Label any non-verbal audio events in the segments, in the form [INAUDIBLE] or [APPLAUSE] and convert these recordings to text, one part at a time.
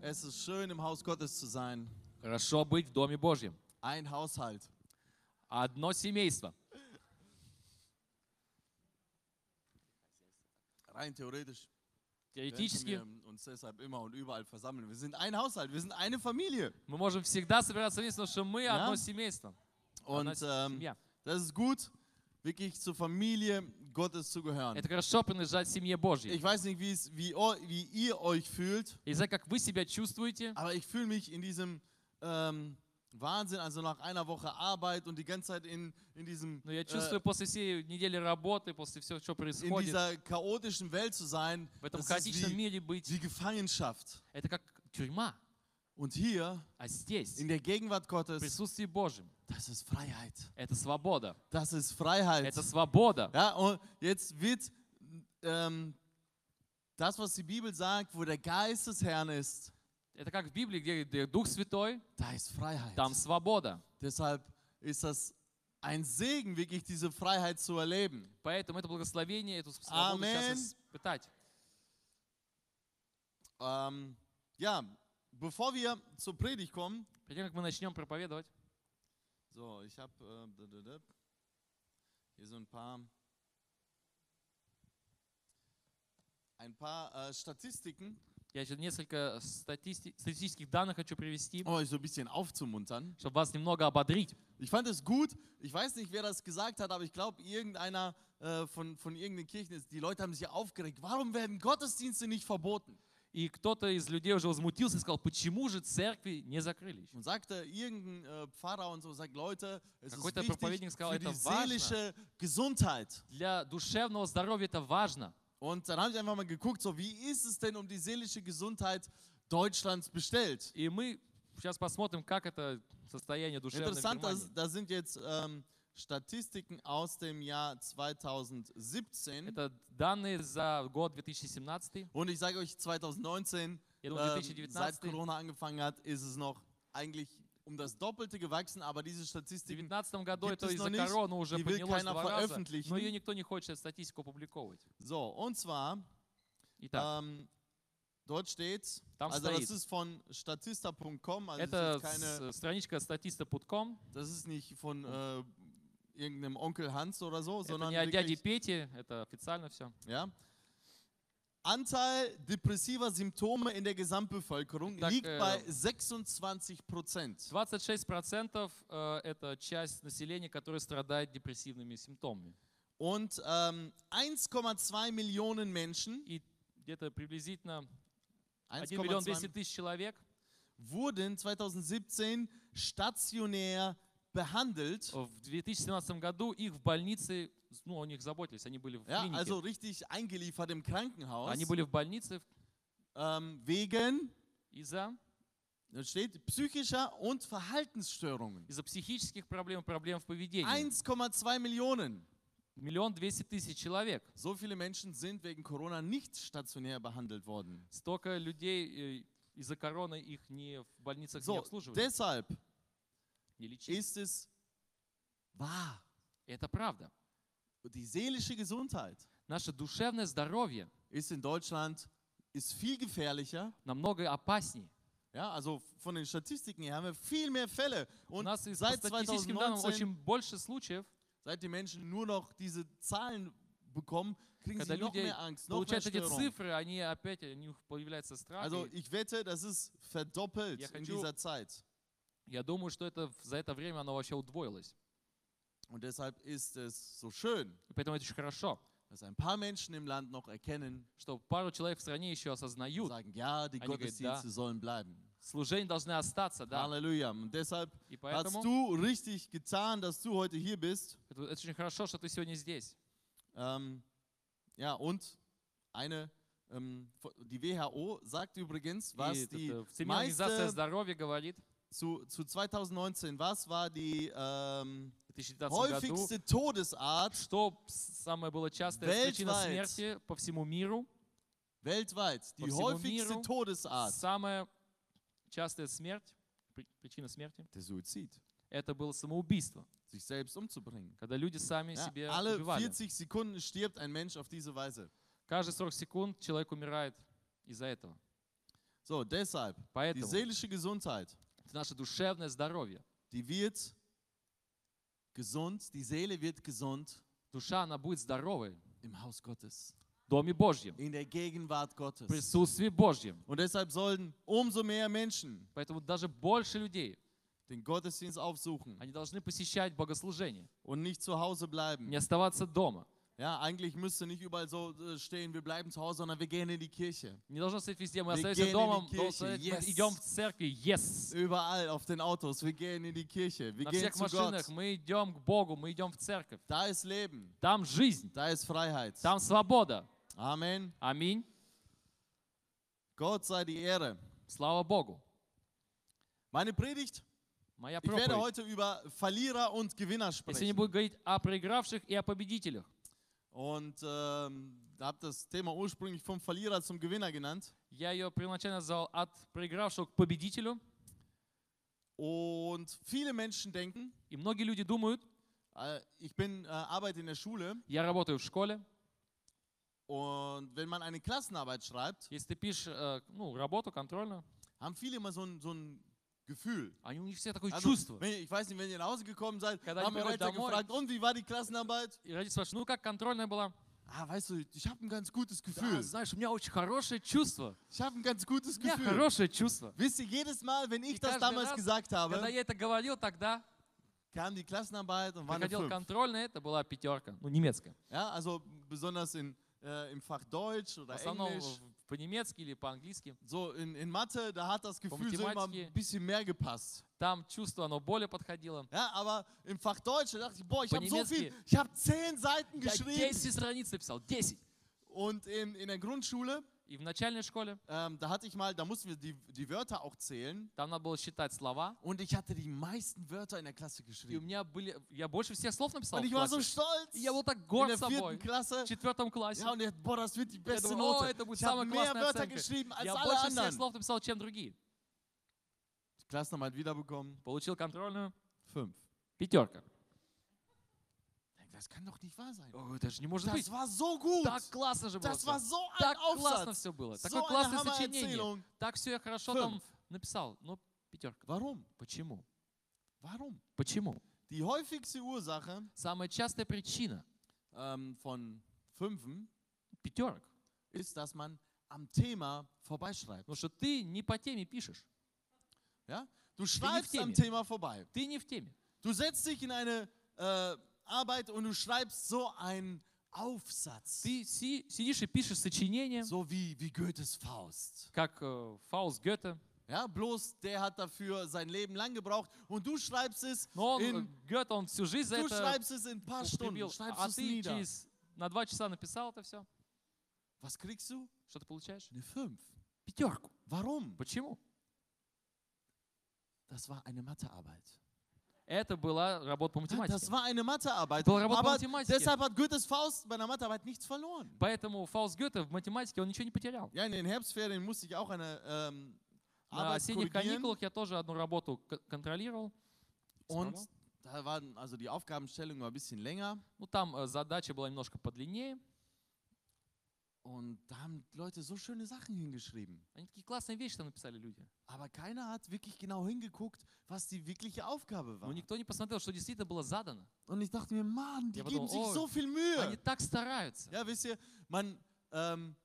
Es ist schön, im Haus Gottes zu sein. Хорошо быть в Доме Божьем. Ein Haushalt. Одно семейство. Rein theoretisch könnten Теоретически wir uns deshalb immer und überall versammeln. Wir sind ein Haushalt, wir sind eine Familie. мы можем всегда собираться вместе, потому что мы Да. одно семейство. одна Und ähm, семья. das ist gut, wirklich zur Familie Gottes zu gehören. Это хорошо принадлежать семье Божьей. Ich weiß nicht, wie, es, wie, eu- wie ihr euch fühlt, И знаю, как вы себя чувствуете, aber ich fühle mich in diesem ähm, Wahnsinn, also nach einer Woche Arbeit und die ganze Zeit in, in diesem... но Ну, я äh, чувствую после всей недели работы, после всего, что in происходит, dieser chaotischen Welt zu sein, в этом das ist хаотичном wie, мире быть, wie Gefangenschaft. это как тюрьма. Und hier, А здесь, in der Gegenwart в Gottes, присутствии Божьем, das ist Freiheit. это свобода. Das ist Freiheit. Это свобода. Ja, und jetzt wird ähm, das, was die Bibel sagt, wo der Geist des Herrn ist, Это как в Библии, где- где Дух Святой, da ist Freiheit. там свобода. Deshalb ist das ein Segen, wirklich diese Freiheit zu erleben. Поэтому это благословение, эту свободу Амен. сейчас испытать. Ähm, ja, bevor wir zur Predigt kommen, Перед тем, как мы начнем проповедовать, So, ich habe äh, da, da, da. hier so ein paar, ein paar äh, Statistiken, я еще несколько статисти- статистических данных хочу привести, um euch so ein bisschen aufzumuntern. чтобы вас немного ободрить. Ich fand es gut, ich weiß nicht, wer das gesagt hat, aber ich glaube, irgendeiner äh, von, von irgendeinen Kirchen ist, die Leute haben sich ja aufgeregt, warum werden Gottesdienste nicht verboten? И кто-то из людей уже возмутился и сказал, почему же церкви не закрыли еще? Und sagte irgendein äh, Pfarrer und so, sagt, Leute, es ist Какой-то wichtig проповедник сказал, für die это важно. seelische Gesundheit. Для душевного здоровья это важно. Und dann habe ich einfach mal geguckt, so wie ist es denn um die seelische Gesundheit Deutschlands bestellt? И мы сейчас посмотрим, как это состояние душевной в Interessant, а Германии. das, da sind jetzt ähm, Statistiken aus dem Jahr 2017 Это данные за год 2017. und ich sage euch 2019, Я думаю, ähm, seit 2019. Corona angefangen hat, ist es noch eigentlich um das Doppelte gewachsen, aber diese Statistiken, 2019 году Gibt это es из-за noch nicht, короны уже die will поднялось keiner два раза, veröffentlichen. но ее никто не хочет эту статистику опубликовывать. so und zwar, Итак, ähm, dort steht, Там also das steht. ist von statista.com, also das это ist keine с- страничка statista.com, Das ist nicht von äh, irgendeinem Onkel Hans oder so, это sondern не от дяди wirklich, Пети, это официально все. ja. Anteil depressiver Symptome in der Gesamtbevölkerung Так, liegt äh, bei 26 Prozent. 26% э, это часть населения, которая страдает депрессивными симптомами. Und ähm, 1,2 Millionen Menschen И где-то приблизительно 1 миллион 200 1,2 тысяч человек wurden 2017 stationär behandelt. в 2017 году их в больнице, ну, о них заботились, они были в Ja, клинике. also richtig eingeliefert im Krankenhaus Они были в больнице ähm, wegen, из-за da steht, psychischer und Verhaltensstörungen. из-за психических проблем, проблем в поведении. 1,2 Millionen. Миллион двести тысяч человек. So viele Menschen sind wegen Corona nicht stationär behandelt worden. Столько людей э, из-за короны их не в больницах не So, обслуживали, deshalb не лечили. ist es wahr. Это правда. Die seelische Gesundheit Наше душевное здоровье ist in Deutschland ist viel gefährlicher. намного опаснее. Ja, also von den Statistiken her haben wir viel mehr Fälle. У Und нас и по seit статистическим данным 2019, очень больше случаев. seit die Menschen nur noch diese Zahlen bekommen, kriegen Когда sie noch люди mehr Angst, noch mehr получают эти Störungen. цифры, они опять, у них появляется страх. Also и ich wette, das ist verdoppelt Ja, in хочу- dieser Zeit. я думаю, что это в- за это время оно вообще удвоилось. Und deshalb ist es so schön, И поэтому это очень хорошо, dass ein paar Menschen im Land noch erkennen, что пару человек в стране еще осознают, sagen, ja, die Einige Gottesdienste da. sollen bleiben. служения должны остаться, да. Halleluja. Und deshalb И поэтому hast du richtig getan, dass du heute hier bist. это, это очень хорошо, что ты сегодня здесь. Ähm, ja, und eine, ähm, die WHO sagt übrigens, И was этот, die э, Всемирная организация meiste здоровья говорит, zu, zu 2019, was war die ähm, в 2019 году, häufigste Todesart что с- самое было частое причина Weltweit. смерти по всему миру, weltweit? Die всему häufigste миру Todesart. самая частая смерть, при- причина смерти, Der Suizid. это было самоубийство, Sich selbst umzubringen. когда люди сами Ja, себе alle убивали. 40 Sekunden stirbt ein Mensch auf diese Weise. Каждые 40 секунд человек умирает из-за этого. So, deshalb, die Поэтому seelische Gesundheit, это наше душевное здоровье. die wird gesund, die Seele wird gesund Душа, она будет здоровой im Haus Gottes, в Доме Божьем, in der Gegenwart в Gottes. присутствии Божьем. Und deshalb sollen umso mehr Menschen Поэтому даже больше людей, den Gottesdienst aufsuchen они должны посещать богослужение, und nicht zu Hause bleiben. не оставаться дома. Ja, eigentlich müsste nicht überall so äh, stehen, wir bleiben zu Hause, sondern wir gehen in die Kirche. Не должно стоять везде, Мы мы остаемся гены дома, великие, должен стоять, мы yes. идем в церкви, yes. Überall auf den Autos, wir gehen in die Kirche, wir На gehen всех zu Gott. машинах мы идем к Богу, мы идем в церковь. Da ist Leben, Там жизнь, da ist Freiheit. там свобода. Amen. Аминь. Gott sei die Ehre. Слава Богу. Meine Predigt, Моя ich werde проповедь. heute über Verlierer und Gewinner Я сегодня sprechen. буду говорить о проигравших и о победителях. Und ähm, habe das Thema ursprünglich vom Verlierer zum Gewinner genannt. Я ее первоначально назвал от проигравшего к победителю. Und viele Menschen denken, И многие люди думают, äh, ich bin, äh, arbeite in der Schule я работаю в школе. und wenn man eine Klassenarbeit schreibt, Если ты пишешь э, ну, работу контрольную, haben viele immer so ein, so ein Gefühl. они, у них все такое Also, чувство. wenn, ich weiß nicht, wenn ihr nach Hause gekommen seid, Ja, dann haben wir kommen wir heute da morgen. gefragt, und wie war die Klassenarbeit? И родители спрашивают, ну как контрольная была? Ah, weißt du, ich habe ein ganz gutes Да, Gefühl. знаешь, у меня очень хорошее чувство. Ich habe ein ganz gutes У меня Gefühl. хорошее чувство. Wisst ihr, jedes Mal, wenn ich Die das Klasse damals Rat- gesagt Когда habe, я это говорил, тогda kam die Klassenarbeit und war eine проходил fünf. контрольная, это была пятерка, ну немецкая. Ja, also besonders in, äh, im Fach Deutsch В oder основном Englisch. в- по-немецки или по-английски. So in, in Mathe, da hat das Gefühl so immer Mathematik. ein bisschen mehr gepasst. Там чувство, оно более подходило. Ja, aber im Fach Deutsch, da dachte ich, boah, ich habe so viel, По-немецки. ich habe zehn Seiten Я geschrieben. 10 страниц написал, 10. Und in, in der Grundschule, И в начальной школе ähm, da hatte ich mal, da mussten wir die, die Wörter auch zählen. там надо было считать слова. Und ich hatte die meisten Wörter in der Klasse И у geschrieben. меня были... Я больше всех слов написал Und в ich war so классе. stolz. И я был так In горд der собой. vierten Klasse. В четвертом классе. Ja, und jetzt, boah, das wird die beste думаю, oh, Note. это будет Ich habe самая mehr классная Wörter оценка. geschrieben als Я alle больше всех anderen. слов написал, чем другие. Klassenarbeit wiederbekommen. Получил контрольную. Fünf. Пятерка. Das kann doch nicht wahr sein. О, это же не может Oh, Das быть. war so gut. Так классно же было. Das war всё. so ein Так классно Aufsatz. все было. So Такое eine классное сочинение. Hammererzählung. Так все я хорошо там написал. Ну, пятерка. Warum? Почему? Warum? Почему? Die häufigste Ursache Самая частая причина ähm, von Fünfen пятерок, ist, dass man am Thema vorbeischreibt. потому что ты не по теме пишешь. Ja? Du nicht schreibst am Themen. Thema vorbei. Ты не в теме. Du setzt dich in eine äh, Arbeit und du schreibst so einen Aufsatz. Ты си- сидишь и пишешь сочинение, So wie, wie Goethes Faust. как э, Фауст Гёте. Ja, bloß der hat dafür sein Leben lang gebraucht und du schreibst es Но он, in, э, Гёте, он всю жизнь за du это schreibst es in ein paar Stunden, употребил. du schreibst А es ты nieder. через на два часа написал это все. Was kriegst du? Что ты получаешь? Eine 5. Пятерку. Warum? Почему? Das war eine Mathearbeit. Это была работа по математике. Das war eine Mathearbeit. Doch, aber Aber Mathematik. deshalb hat Goethes Faust bei einer Mathearbeit nichts verloren. Поэтому Фауст Гёте в математике он ничего не потерял. Ja, in den Herbstferien musste ich auch eine ähm, На Arbeit осенних korrigieren каникулах я тоже одну работу к- контролировал. und Исправлял. da waren also die Aufgabenstellung war ein bisschen länger Ну, там э, задача была немножко подлиннее. und da haben Leute so schöne Sachen hingeschrieben. Они такие классные вещи там написали люди. Aber keiner hat wirklich genau hingeguckt, was die wirkliche Aufgabe Но war. никто не посмотрел, что действительно было задано. Und ich dachte mir, Mann, die Ja, aber geben doch, sich oh, so viel Они Mühe. так стараются. Ja, wisst ihr, man, ähm,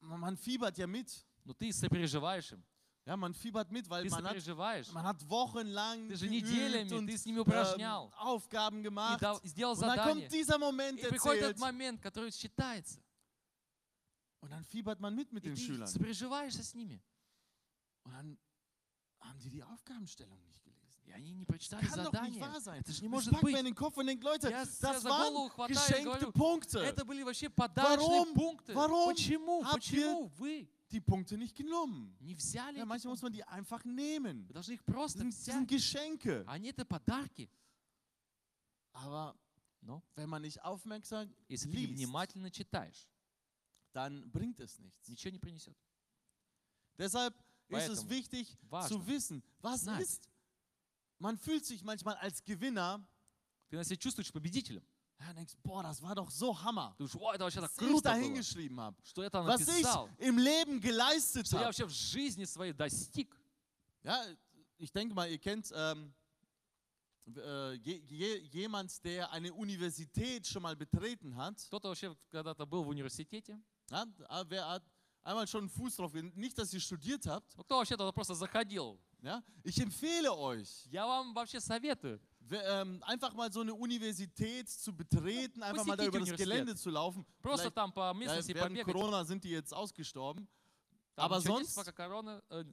man man fiebert ja mit. Но Ну, ты сопереживаешь им. Ja, man fiebert mit, weil Ты man hat, сопереживаешь. man hat wochenlang Ты же неделями, geübt und ты с ними ähm, упражнял. Aufgaben И gemacht. дал- Und сделал dann задание. kommt dieser Moment И приходит erzählt. этот момент, который считается. Und dann fiebert man mit mit И den ты Schülern. сопереживаешься с ними. Und dann haben die die Aufgabenstellung nicht gelesen. И они не прочитали Kann doch nicht задание. wahr sein. Это же не Ich может pack быть. mir in den Kopf und denke, Leute, Я das себя за голову waren хватаю и geschenkte говорю, Punkte. Это были вообще подарочные Warum? пункты. Warum Почему? habt ihr- Почему вы Die Punkte nicht genommen. не взяли? Ja, эти manchmal muss пункты? man die einfach nehmen. Вы должны их Das просто sind, das sind взять. Geschenke. Они это подарки. Aber Но wenn man nicht aufmerksam если ты liest, внимательно читаешь, dann bringt es nichts. ничего не принесет. Deshalb ist es Поэтому wichtig важно zu wissen, was знать. ist. Man fühlt sich manchmal als Gewinner, Ты на себя чувствуешь победителем. Ja, du denkst, boah, das war doch so Hammer, Ты думаешь, ой, это вообще так was ich круто da было, hingeschrieben habe, что я там was ich написал, im Leben geleistet что я habe. вообще в жизни своей достиг. Ja, ich denke mal, ihr kennt ähm, äh, je, je, jemand, der eine Universität schon mal betreten hat. Кто-то вообще когда-то был в универсitете, Ja, ah, wer hat einmal schon einen Fuß drauf, gelegt? nicht, dass ihr studiert habt. ну кто вообще тогда просто заходил. Ja? Ich empfehle euch, Я вам вообще советую, wer, ähm, einfach mal so eine Universität zu betreten, einfach mal da Посетите über das университет. Gelände zu laufen. просто Vielleicht, там по ja, местности während побегать. Corona sind die jetzt ausgestorben. Там aber ничего нет, sonst- пока корона, э,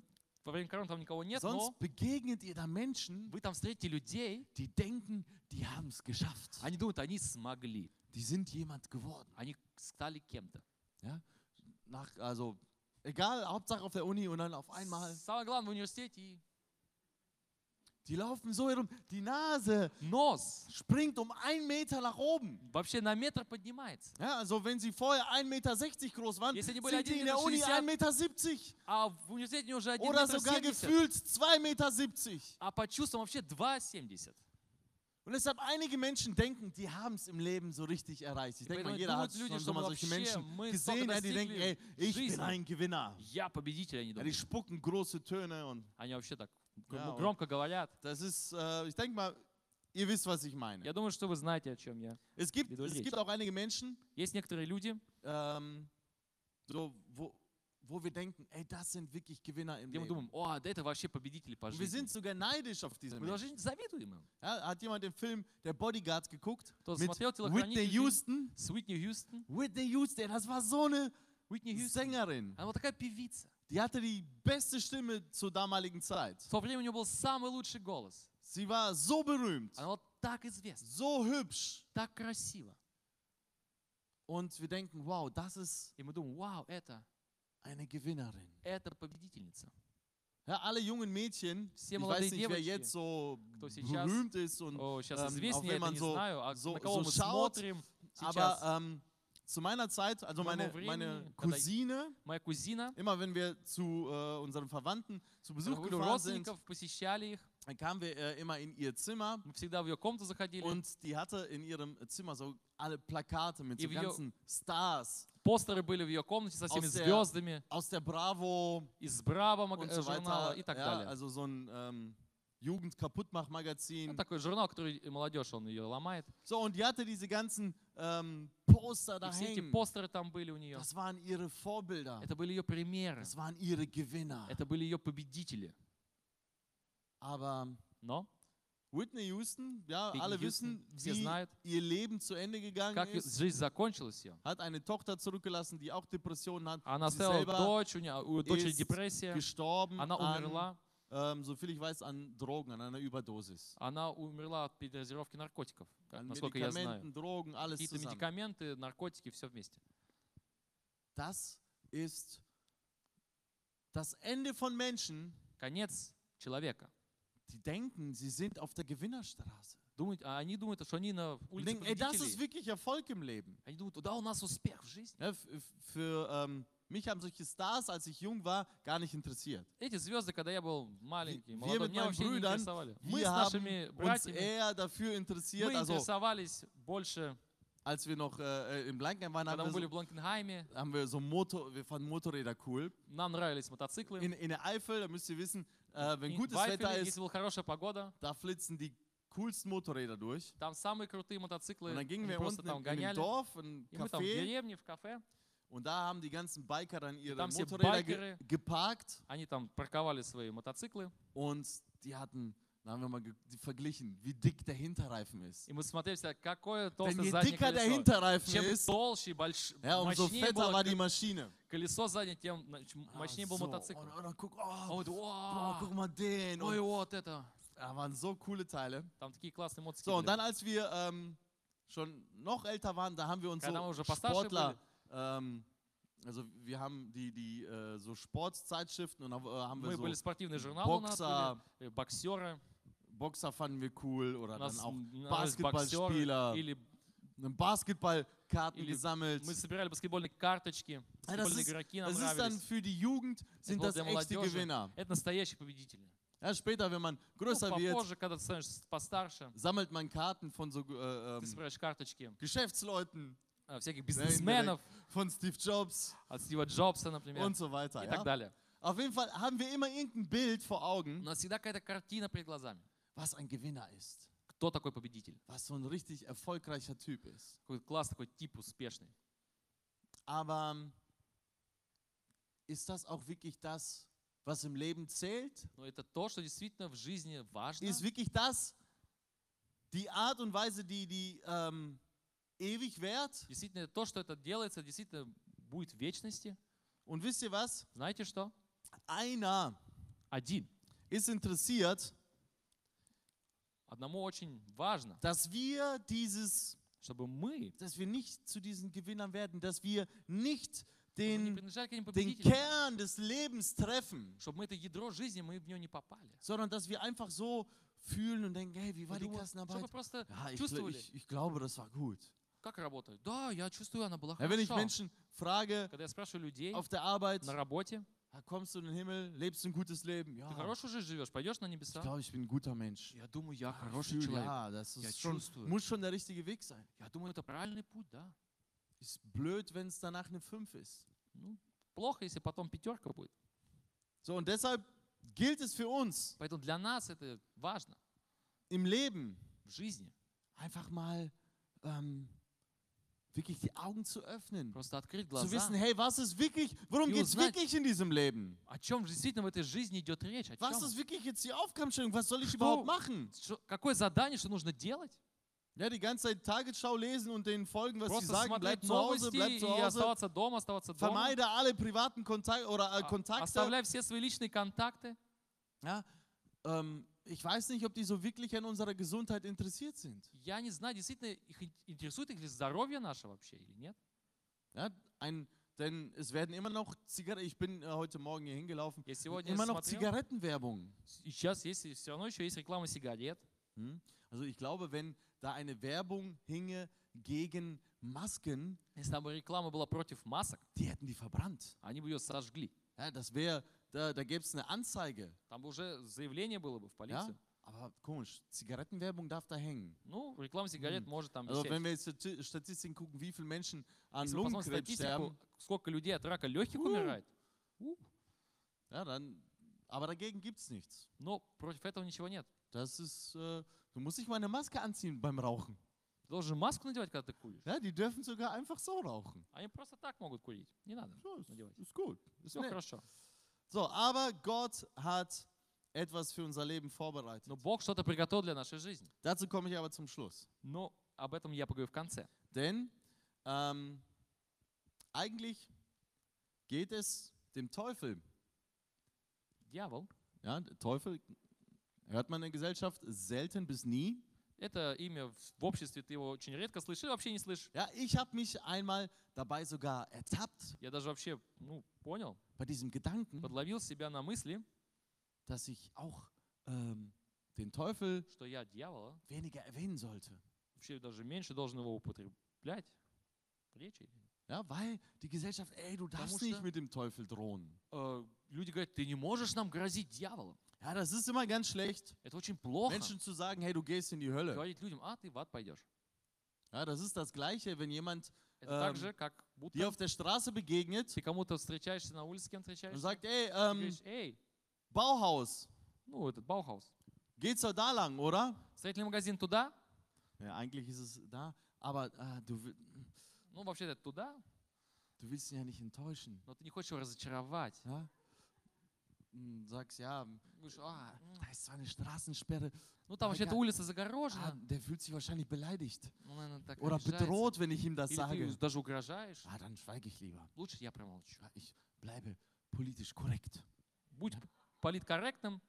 во время короны там никого нет, но Sonst begegnet ihr da Menschen, вы там встретите людей, die denken, die haben es geschafft. они думают, они смогли, Die sind jemand geworden. они стали кем-то. Nach, also egal, Hauptsache auf der Uni und dann auf einmal. Самое главное в университете и Die laufen so herum, die Nase нос springt um einen Meter nach oben. вообще на метр поднимается. Ja, also wenn sie vorher 1,60 Meter groß waren, Если sind они были die in der Uni 1,60 1,70 Meter А в университете они уже 1 oder метр sogar 70, gefühlt 2,70 Meter. а по чувствам вообще 2,70. Und deshalb einige Menschen denken, die haben es im Leben so richtig erreicht. Ich denke mal, поэтому jeder hat думают люди, schon что so mal мы solche Menschen вообще, мы gesehen, столько ja, die denken, достигли ey, ich bin жизни. ein Gewinner. Я победитель, Ja, они die думают. spucken große Töne und Они вообще так Да, гром- он- громко говорят. das ist, äh, ich denke mal, ihr wisst, was ich meine. Я думаю, что вы знаете, о чем я. Es gibt, Wie du es siehst. gibt auch einige Menschen, Есть некоторые люди, ähm, so, wo, wo wir denken, ey, das sind wirklich Gewinner im где мы Leben. думаем, о, да это вообще победители по Und wir жизни. sind sogar neidisch auf diese Мы Menschen. даже завидуем им. Ja, hat jemand den Film Der Bodyguard geguckt? Кто Mit смотрел Whitney телохранитель? Houston? с Уитни Хьюстон. Whitney Houston, das war so eine Уитни Хьюстон. Sängerin. Она вот такая певица. Die hatte die beste Stimme zur damaligen Zeit. В то время у нее был самый лучший голос. Sie war so berühmt, Она вот так известна, so hübsch. так красиva. Und wir denken, wow, das ist И мы думаем, вау, это, eine Gewinnerin. это победительница. Ja, alle jungen Mädchen, Все ich молодые weiß nicht, wer девочки, jetzt so кто сейчас- Oh, berühmt ist, und, О, сейчас Ähm, auf известнее, wen это man не so- знаю, а so- на кого so мы schaut, смотрим aber сейчас. ähm, zu meiner Zeit, also Vor meine, meinem Времени, meine когда- Cousine, Моя кузина, immer wenn wir zu äh, unseren Verwandten zu Besuch были у gefahren sind, родственников, посещали их. dann kamen wir äh, immer in ihr Zimmer Мы всегда в ее комнату заходили. und die hatte in ihrem Zimmer so alle Plakate mit so Ihr Video- ganzen Stars Постеры были в ее комнате со всеми Aus der- звездами, aus der Bravo из Браво мага- und э, so журнала weiter. и так Ja, далее. also so ein ähm, Jugend-Kaputtmach-Magazin. Ну, такой журнал, который и молодежь, он ее ломает. So, und die hatte diese ganzen ähm, Poster И da все эти hängen. постеры там были у нее. Das waren ihre Vorbilder. Это были ее примеры. Das waren ihre Gewinner. Это были ее победители. Aber Но Whitney Houston, ja, Whitney alle Houston, wissen, sie wie знают. ihr Leben zu Ende gegangen как её- ist. жизнь закончилась ее? Hat eine Tochter zurückgelassen, die auch Depressionen hat. Она sie оставила selber дочь, у нее у дочери ist депрессия, gestorben. она an, умерла, ähm, soviel ich weiß, an Drogen, an einer Überdosis. она умерла от передозировки наркотиков, как- An насколько я знаю. Medikamenten, Drogen, alles Какие-то zusammen. медикаменты, наркотики, все вместе. Das ist das Ende von Menschen, Конец человека. die denken, sie sind auf der Gewinnerstraße. Думают, а они думают, что они на Und улице denken, ey, das ist победителей. wirklich Erfolg im Leben. Они думают, да, у нас успех в жизни. Ja, f- f- für ähm, mich haben solche Stars, als ich jung war, gar nicht interessiert. Эти звезды, когда я был маленький, Wir молодой, mit меня meinen вообще не Brüdern, интересовали. Мы с Wir нашими haben uns братьями, eher dafür мы interessiert, also интересовались больше, als wir noch äh, äh, in Blankenheim waren, когда мы haben были wir, в Бланкенхайме, so, haben wir so Motor, wir fanden Motorräder cool. нам нравились мотоциклы. In, in der Eifel, da müsst ihr wissen, äh, wenn И gutes в Айфеле, Wetter ist, если была хорошая погода, da flitzen die coolsten Motorräder durch. там самые крутые мотоциклы, Und dann gingen они wir просто unten in, там in ein гоняли. Dorf, in И ein мы там в Café деревне, в кафе, und da haben die ganzen Biker dann ihre haben sie Motorräder ge Bikere. geparkt они там парковали свои мотоциклы, und die hatten, da haben wir mal ge die verglichen, wie dick der Hinterreifen ist. и мы смотрели, всегда, какое Denn толстое je заднее dicker der колесо. Hinterreifen Чем ist, толще и больш... ja, umso мощнее fetter war было die к- Maschine. колесо заднее, тем нач- мощнее Ah, был so. мотоцикл. Und, und dann guck, oh, А вот, boah, «Уа, guck mal den. Ой, Und, вот это. da waren so coole Teile. Там такие классные мотоциклы. So, und были. dann, als wir ähm, schon noch älter waren, da haben wir uns Когда мы so уже постарше Sportler, ähm, also wir haben die, die äh, so Sportzeitschriften und dann äh, haben Мы wir были so спортивные журналы у нас, Boxer, были, э, боксеры, Boxer fanden wir cool oder у dann нас auch м, нравились Basketballspieler, боксеры, или einen Basketballkarten Или gesammelt. мы собирали баскетбольные карточки, Ja, das баскетбольные ist, игроки нам das ist dann нравились. für die Jugend, sind wurde das der echte Молодежи. Gewinner. Это настоящие победители. Ja, später, wenn man Ну, größer wird, попозже, когда ты становишься постарше, sammelt man Karten von so äh, ты ähm, собираешь карточки Geschäftsleuten, э, всяких бизнесменов, von Steve Jobs от Стива Джобса, например, und so weiter. и так Ja? далее. Auf jeden Fall haben wir immer irgendein Bild vor У Augen, нас всегда какая-то картина перед глазами. was ein Gewinner ist, Кто такой победитель? was so ein richtig erfolgreicher Typ ist. Какой класс, такой тип успешный. Aber ähm, ist das auch wirklich das, was im Leben zählt? Но это то, что действительно в жизни важно. Ist wirklich das die Art und Weise, die, die ähm, ewig währt? Действительно, то, что это делается, действительно будет в вечности. Und wisst ihr was? Знаете что? Einer Один. ist interessiert, Одному очень важно, dass wir dieses, чтобы мы dass wir nicht zu diesen Gewinnern werden, dass wir nicht чтобы мы не den, принадлежали к этим den победителям, Kern des Lebens treffen, чтобы мы это ядро жизни, мы в нее не попали. sondern dass wir einfach so fühlen und denken, hey, wie war Мы die думаем, Klassenarbeit? Чтобы просто Ja, ich, gl- чувствовали, ich, ich glaube, das war gut. как работает. Да, я чувствую, она была Ja, wenn ich хорошо. Menschen frage Когда я спрашиваю людей auf der Arbeit, на работе, "Ah, kommst du in den Himmel, lebst du ein gutes Leben? ты Ja, хорошую жизнь живешь, пойдешь на ich небеса? glaube, ich bin ein guter Mensch. Я думаю, я Ah, ich хороший fühl, человек. ja, das Ja, ist schon, чувствую. muss schon der richtige Weg sein. Я думаю, это правильный путь, да. Ist blöd, wenn es danach eine 5 ist. Ну, плохо, если потом пятерка будет. So, und deshalb gilt es für uns Поэтому для нас это важно im Leben в жизни. einfach mal ähm, wirklich die Augen zu öffnen. Просто открыть Zu wissen, глаза. hey, was ist wirklich, worum Jo, geht es znać- wirklich in diesem Leben? О чем действительно в этой жизни идет речь? О Was ist чем? wirklich jetzt die Aufgabenstellung? Was soll ich Что- überhaupt machen? Что- какое задание, что нужно делать? Ja, die ganze Zeit Tagesschau lesen und denen folgen, was sie Просто sagen. Bleib смотреть zu Hause, bleib новости zu и Hause. оставаться дома, оставаться дома. Vermeide alle privaten Kontak oder, äh, А- Kontakte. Оставляй все свои личные контакты. Ja, ähm, ich weiß nicht, ob die so wirklich an unserer Gesundheit interessiert sind. Я не знаю, действительно, их ин- интересует их ли здоровье наше вообще или нет. Ja, ein, denn es werden immer noch Zigaretten. Ich bin äh, heute Morgen hier hingelaufen. Я сегодня Immer noch смотрел, Zigarettenwerbung. и сейчас есть, и все равно еще есть реклама сигарет. Hm? Also ich glaube, wenn da eine Werbung hinge gegen Masken, Если там бы реклама была против масок, die hätten die verbrannt. они бы ее сожгли. Ja, das wäre, da, da gäbe es eine Anzeige. Там бы уже заявление было бы в Ja? полицию. Aber komisch, Zigarettenwerbung darf da hängen. Ну, реклама сигарет М. может там Also висеть. wenn wir jetzt Stati- Statistiken gucken, wie viele Menschen an Если мы посмотрим Lungenkrebs статистику, sterben, сколько людей от рака легких Ууу. умирает, ja, dann, aber dagegen gibt es nichts. но против этого ничего нет. Das ist, äh, du musst nicht mal eine Maske anziehen beim Rauchen. Ты должен маску надевать, когда ты куришь. Ja, die dürfen sogar einfach so rauchen. Они просто так могут курить. Не надо. So, ist, Надевать. ist gut. Ist Все nett. хорошо. So, aber Gott hat etwas für unser Leben vorbereitet. Но Бог что-то приготовил для нашей жизни. Dazu komme ich aber zum Schluss. Но об этом я поговорю в конце. Denn ähm, eigentlich geht es dem Teufel. Дьявол Ja, der Teufel hört man in der Gesellschaft selten bis nie. — это имя в в обществе, ты его очень редко слышишь, или вообще не слышишь. Ja, ich habe mich einmal dabei sogar ertappt Я даже вообще, ну, понял, bei diesem Gedanken, подловил себя на мысли, dass ich auch ähm, den Teufel что я дьявола, weniger erwähnen sollte. вообще даже меньше должен его употреблять в речи. Ja, weil die Gesellschaft, ey, du darfst musst nicht du- mit dem Teufel drohen. Э, люди говорят, ты не можешь нам грозить дьяволом. Ja, das ist immer ganz schlecht, Это очень плохо. Menschen zu sagen, hey, du gehst in die Hölle. Говорить людям, а ты в ад пойдешь. Ja, das ist das Gleiche, wenn jemand Это так Эм, же, как dir будто auf der Straße begegnet ты кому-то встречаешься на улице, с кем und встречаешься, sagt, ey, и ähm, говоришь, эй, Bauhaus, ну, этот Баухаус, geht's doch da lang, oder? строительный магазин туда, Ja, eigentlich ist es da, aber äh, du, wi- ну, вообще-то это туда, du willst ihn ja nicht enttäuschen. но ты не хочешь его разочаровать. Ja? Hm, Sagst, ja, hm, Говоришь, а, м, da ist zwar eine Straßensperre, ну, там вообще-то Ага. улица ah, загорожена. der fühlt sich wahrscheinlich beleidigt Ну, наверное, так oder обижается. bedroht, wenn ich ihm das Или sage. ты даже угрожаешь. Ah, dann schweige ich lieber. Лучше я промолчу. Ja, ich bleibe politisch korrekt. Будь политкорректным,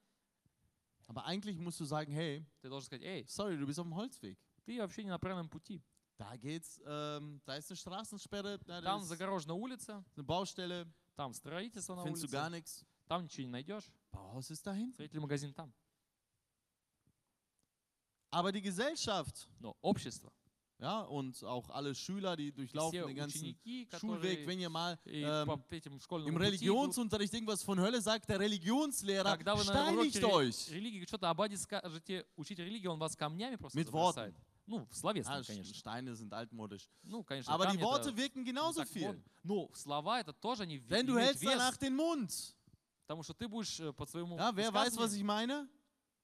Aber eigentlich musst du sagen, hey, ты должен сказать, эй, sorry, du bist auf dem Holzweg. ты вообще не на правильном пути. Da geht's, ähm, da ist eine Straßensperre, da Там ist загорожена улица, eine Baustelle, там строительство на findest du gar улице, nichts. там ничего не найдешь, Bauhaus ist dahin. строительный магазин там. Aber die Gesellschaft Но общество Ja, und auch alle Schüler, die durchlaufen все den ganzen ученики, которые Schulweg, wenn ihr mal и ähm, по этим школьному im пути идут, Religionsunterricht irgendwas von Hölle sagt, der Religionslehrer когда вы на уроке steinigt ре- euch. религии что-то Абаде скажете, учить религию, он вас камнями просто Mit забросает. Ну, в словесном, Ah, конечно. Steine sind altmodisch. Ну, конечно, Aber die камни это- Worte wirken ну, genauso так viel. вон. Ну, слова это тоже не Denn du hältst danach вес, den Mund. потому что ты будешь э, по своему Ja, wer weiß, was ich высказыванию meine?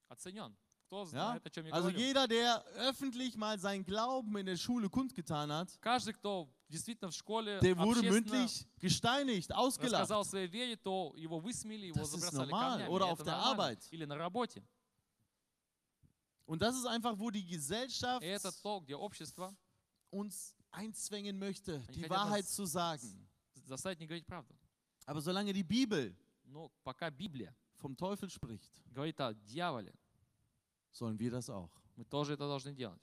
оценен. Кто знает, о чем я Also говорю. jeder, der öffentlich mal seinen Glauben in der Schule kundgetan hat, Каждый, кто действительно в школе der wurde общественно mündlich gesteinigt, ausgelacht. рассказал о своей вере, то его высмели, его Das ist забросали normal. камнями. Oder Это auf der нормально. Arbeit. Или на работе. Und das ist einfach, wo die Gesellschaft И это то, где общество uns einzwängen möchte, Ich die hätte Hm. das- Wahrheit zu sagen. заставит не говорить правду. Aber solange die Bibel Но пока Библия vom Teufel spricht, говорит о дьяволе, sollen wir das auch. мы тоже это должны делать.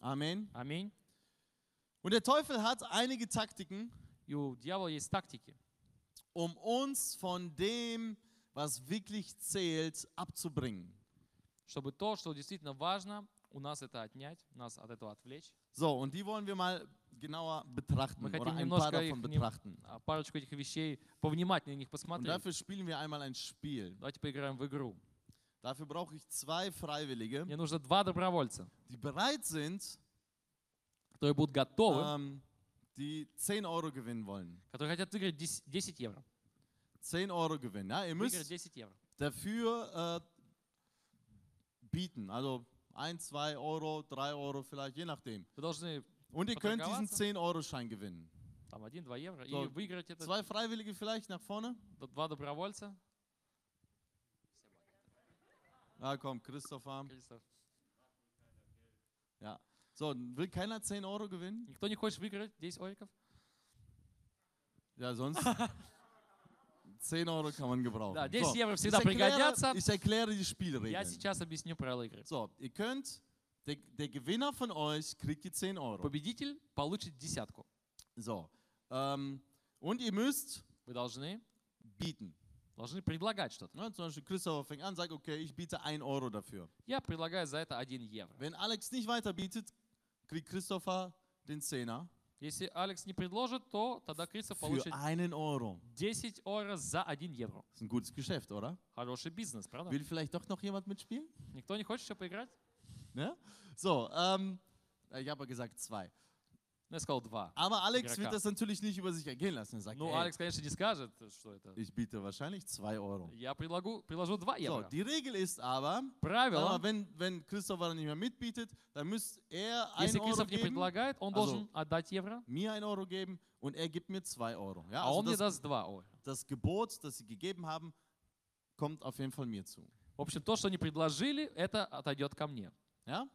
Amen. Аминь. Und der Teufel hat einige Taktiken, И у дьявола есть тактики, um uns von dem, was wirklich zählt, abzubringen. чтобы то, что действительно важно, у нас это отнять, нас от этого отвлечь. So, und die wollen wir mal genauer betrachten Мы oder хотим ein paar немножко их, davon нем- betrachten. а, парочку этих вещей повнимательнее на них Und посмотреть. dafür spielen wir einmal ein Spiel. Давайте поиграем в игру. Dafür brauche ich zwei Freiwillige, Мне нужно два добровольца, die bereit sind, которые будут готовы, ähm, die 10 Euro gewinnen wollen. которые хотят выиграть 10 10 евро. 10 Euro gewinnen. Ja, ihr Выиграть müsst 10 евро. dafür äh, bieten. Also 1, 2 Euro, 3 Euro vielleicht, je nachdem. Вы должны Und ihr könnt diesen Vertragsarzt? 10 Euro Schein gewinnen. там 1-2 евро и So, выиграть это Zwei Freiwillige vielleicht nach vorne? д- два добровольца. Ah, komm, Christopher. Кристоф. So, will keiner 10 Euro gewinnen? Никто не хочет выиграть 10 ориков? Ja, sonst 10 Euro kann man gebrauchen. Да, 10 евро Ich всегда пригодятся. erkläre, ich erkläre die Я Spielregeln. сейчас объясню правила игры. So, ihr könnt, der, der Gewinner von euch kriegt die 10 Euro. Победитель получит десятку. So, ähm, und ihr müsst Вы должны, bieten. должны предлагать что-то. Ne, zum Beispiel Christopher fängt an, sagt, okay, ich biete 1 Euro dafür. Я предлагаю за это 1 евро. Wenn Alex nicht weiter bietet, kriegt Christopher den Zehner Если Алекс не предложит, то тогда Кристоф für получит einen Euro. 10 евро за 1 евро. Ist ein gutes Geschäft, oder? Хороший бизнес, правда? Will vielleicht doch noch jemand mitspielen? Никто не хочет еще поиграть? Ne? So, ähm, ich habe ja gesagt zwei. Ну, я сказал 2. Aber Alex Игрока. wird das natürlich nicht über sich ergehen lassen. Er sagt, Ну, ey, Алекс, конечно, не скажет, что это. ich biete wahrscheinlich 2 Euro. Я предлагу, приложу 2 So, евро. die Regel ist aber, Правило, aber wenn, wenn Christopher dann nicht mehr mitbietet, dann müsst er 1 если Euro Кристоф не geben, предлагает, он Also- должен отдать евро, mir 1 Euro geben und er gibt mir 2 Euro. Ja, а он also мне das, даст 2 евро. das Gebot, das sie gegeben haben, kommt auf jeden Fall mir zu. В общем, то, что они предложили, это отойдет ко мне. Ja?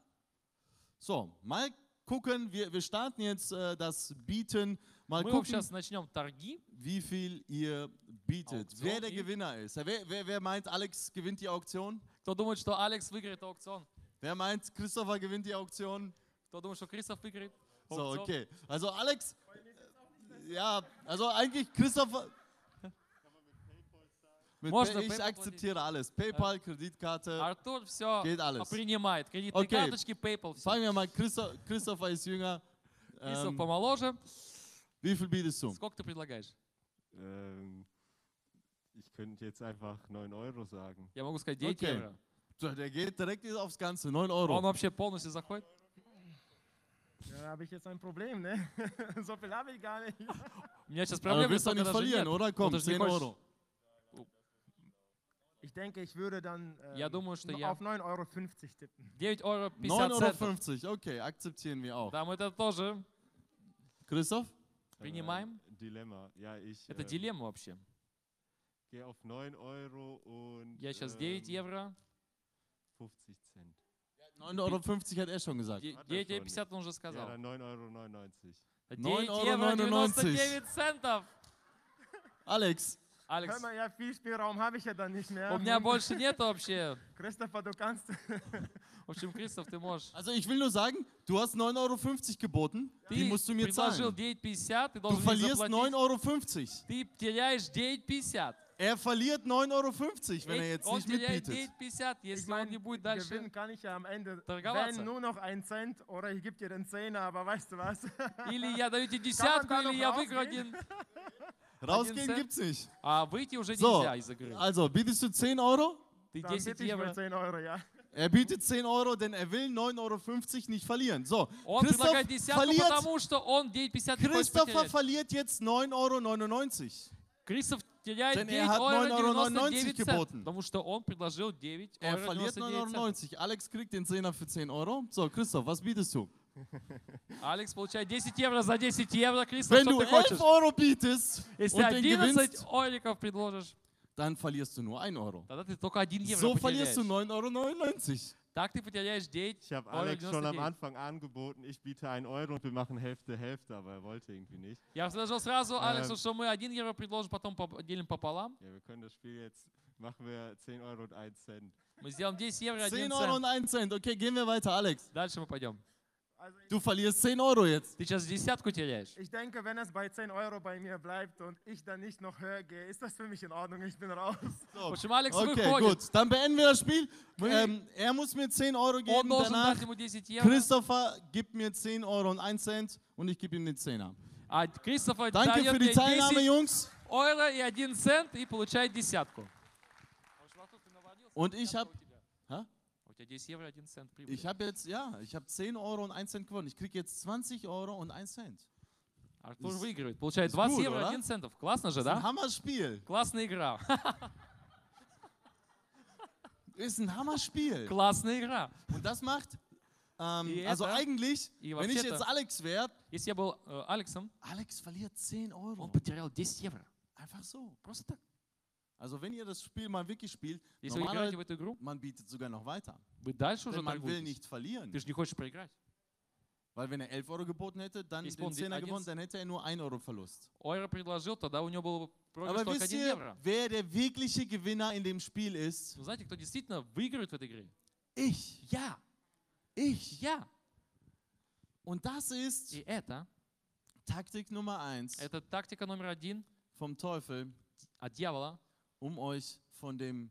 So, mal gucken, wir, wir starten jetzt äh, das Bieten. Mal Мы gucken, сейчас начнем торги. wie viel ihr bietet, Auktion, wer der die- Gewinner ist. Ja, Wer, wer, wer meint, Alex gewinnt die Auktion? Кто думает, что Алекс выиграет аукцион? Wer meint, Christopher gewinnt die Auktion? Кто думает, что Кристоф выиграет? So, аукцион? okay. Also Alex, äh, ja, also eigentlich Christopher. Mit Можно Pay, ich PayPal akzeptiere alles. PayPal, Kreditkarte. Артур все Geht alles. принимает. Кредитные Окей. карточки, PayPal. всё. Fangen wir mal, Christo Christopher ist jünger. Кристоф Ähm, помоложе. wie viel bietest du? Сколько ты предлагаешь? Ähm, ich könnte jetzt einfach 9 Euro sagen. Я могу сказать 9 Окей. евро. So, der geht direkt jetzt aufs Ganze, 9 Он Euro. вообще полностью заходит. Ja, da habe ich jetzt ein Problem, ne? [LAUGHS] so viel habe ich gar nicht. У меня сейчас Aber du проблемы willst doch столько nicht даже verlieren, нет. oder? Komm, Oder sie 10 kurz- Euro. Ich denke, ich würde dann ähm, Ja, du musst ja. auf 9,50 Euro tippen. 9 9,50 евро 50 Euro, центов. 50. okay, akzeptieren wir auch. Там это тоже. Christoph? Принимаем? Äh, Dilemma. Ja, ich Это ähm, дилемма вообще. gehe auf 9 Euro und Я сейчас 9 ähm, евро. 50 Cent. 9,50 Euro hat er schon gesagt. Де- Ладно, 9 евро Соня. 50 он уже Ja, сказал. dann 9,99 Euro. 9 9,99. евро 99 центов. Alex, Алекс, Hör mal, ja, viel Spielraum habe ich ja dann nicht mehr. у меня Hm. больше нет вообще. Christopher, du kannst. В общем, Кристоф, ты можешь. also ich will nur sagen, du hast 9,50 Euro geboten, die Ты musst du mir предложил zahlen. 9,50, Du ты должен мне verlierst заплатить. 9,50 Euro. Ты теряешь 9,50. Er verliert 9,50 Euro, wenn er Эти- jetzt Он nicht теряет mitbietet. 9,50, Ich если он meine, не будет дальше. gewinnen kann ich ja am Ende. Торговаться. Wenn nur noch ein Cent oder ich gebe dir den Zehner, aber weißt du was? Или я даю тебе десятку, Команда или я Дубравский. выиграю один. Rausgehen Cent. gibt's nicht. А выйти уже So, нельзя из игры. also bietest du 10 Euro? Ты Dann 10 bitte ich wohl евро. 10 Euro, ja. Er bietet 10 Euro, denn er will 9,50 Euro nicht verlieren. So, Он Christoph предлагает десятку, verliert, потому что он 9,50 не хочет Christopher потерять. verliert jetzt 9,99 Euro. Кристоф теряет Denn er 9 hat евро 9,99 99 geboten. потому что он предложил 9 Er евро verliert 99 центов. 9,99 Euro. Alex kriegt den Zehner für 10 Euro. So, Christoph, was bietest du? Алекс получает 10 евро за 10 евro Кристоф, Wenn что du ты хочешь? 11 Euro bietest Если und den 11 gewinnst, ориков предложишь, dann verlierst du nur 1 Euro. тогда ты только 1 евро So verlierst du потеряешь. 9,99 Euro. Так ты потеряешь 9 Ich habe Euro Alex schon am 99. Anfang angeboten, ich biete einen Euro und wir machen Hälfte, Hälfte, aber er wollte irgendwie nicht. Я предложил сразу Э, Алексу, что мы 1 евро предложим, потом поп- делим пополам. Ja, wir können das Spiel jetzt, machen wir 10 Euro und 1 Cent. Мы сделаем 10 евро, 1 10 Euro цент. und 1 Cent. Okay, gehen wir weiter, Alex. Дальше мы пойдем. Also ich, Du verlierst 10 Euro jetzt. Ты сейчас десятку теряешь. ich denke, wenn es bei 10 Euro bei mir bleibt und ich dann nicht noch höher gehe, ist das für mich in Ordnung. Ich bin raus. В общем, Алекс Okay, выходит. gut. Dann beenden wir das Spiel. Ähm, er muss mir 10 Euro Он geben. должен Danach, дать ему 10 евро. Christopher gibt mir 10 Euro und 1 Cent und ich gebe ihm den Zehner. А Кристофер Danke дает für мне die Teilnahme, 10 Jungs. евро и 1 цент и получает десятку. Und ich habe Hä? У тебя 10 евро А? и 1 цент прибыли. ich hab jetzt, ja, ich habe 10 Euro und 1 Cent gewonnen. Ich kriege jetzt 20 Euro und 1 Cent. Артур Из- выигрывает. Получает из 20 Гура, евро и да? 1 центов. Классно же, Das ist ein да? Hammerspiel. Классная игра. [LAUGHS] Das ist ein Hammerspiel. Классная игра. Und das macht, ähm, Ja, also da. eigentlich, И wenn ich jetzt вообще-то, Alex wäre, если я был э, Алексом, Alex verliert 10 он Euro. потерял 10 евро. Einfach so, просто так. Also wenn ihr das Spiel mal wirklich spielt, Если вы Нормально. играете в эту игру, man bietet sogar noch weiter. вы дальше уже Denn man will торгуетесь. nicht verlieren. Ты же не хочешь проиграть. Weil wenn er 11 Euro geboten hätte, dann Ich den bin die Zehner gewonnen, Agents. dann hätte er nur 1 Euro Verlust. Ойра предложил, тогда у него было бы проигрыш Aber только wisst 1 ihr, евро. wer der wirkliche Gewinner in dem Spiel ist? Но знаете, кто действительно выигрывает в этой игре? Ich. Я. Ich. Я. Und das ist И это, Taktik Nummer 1 это тактика номер один vom Teufel, от дьявола, um euch von dem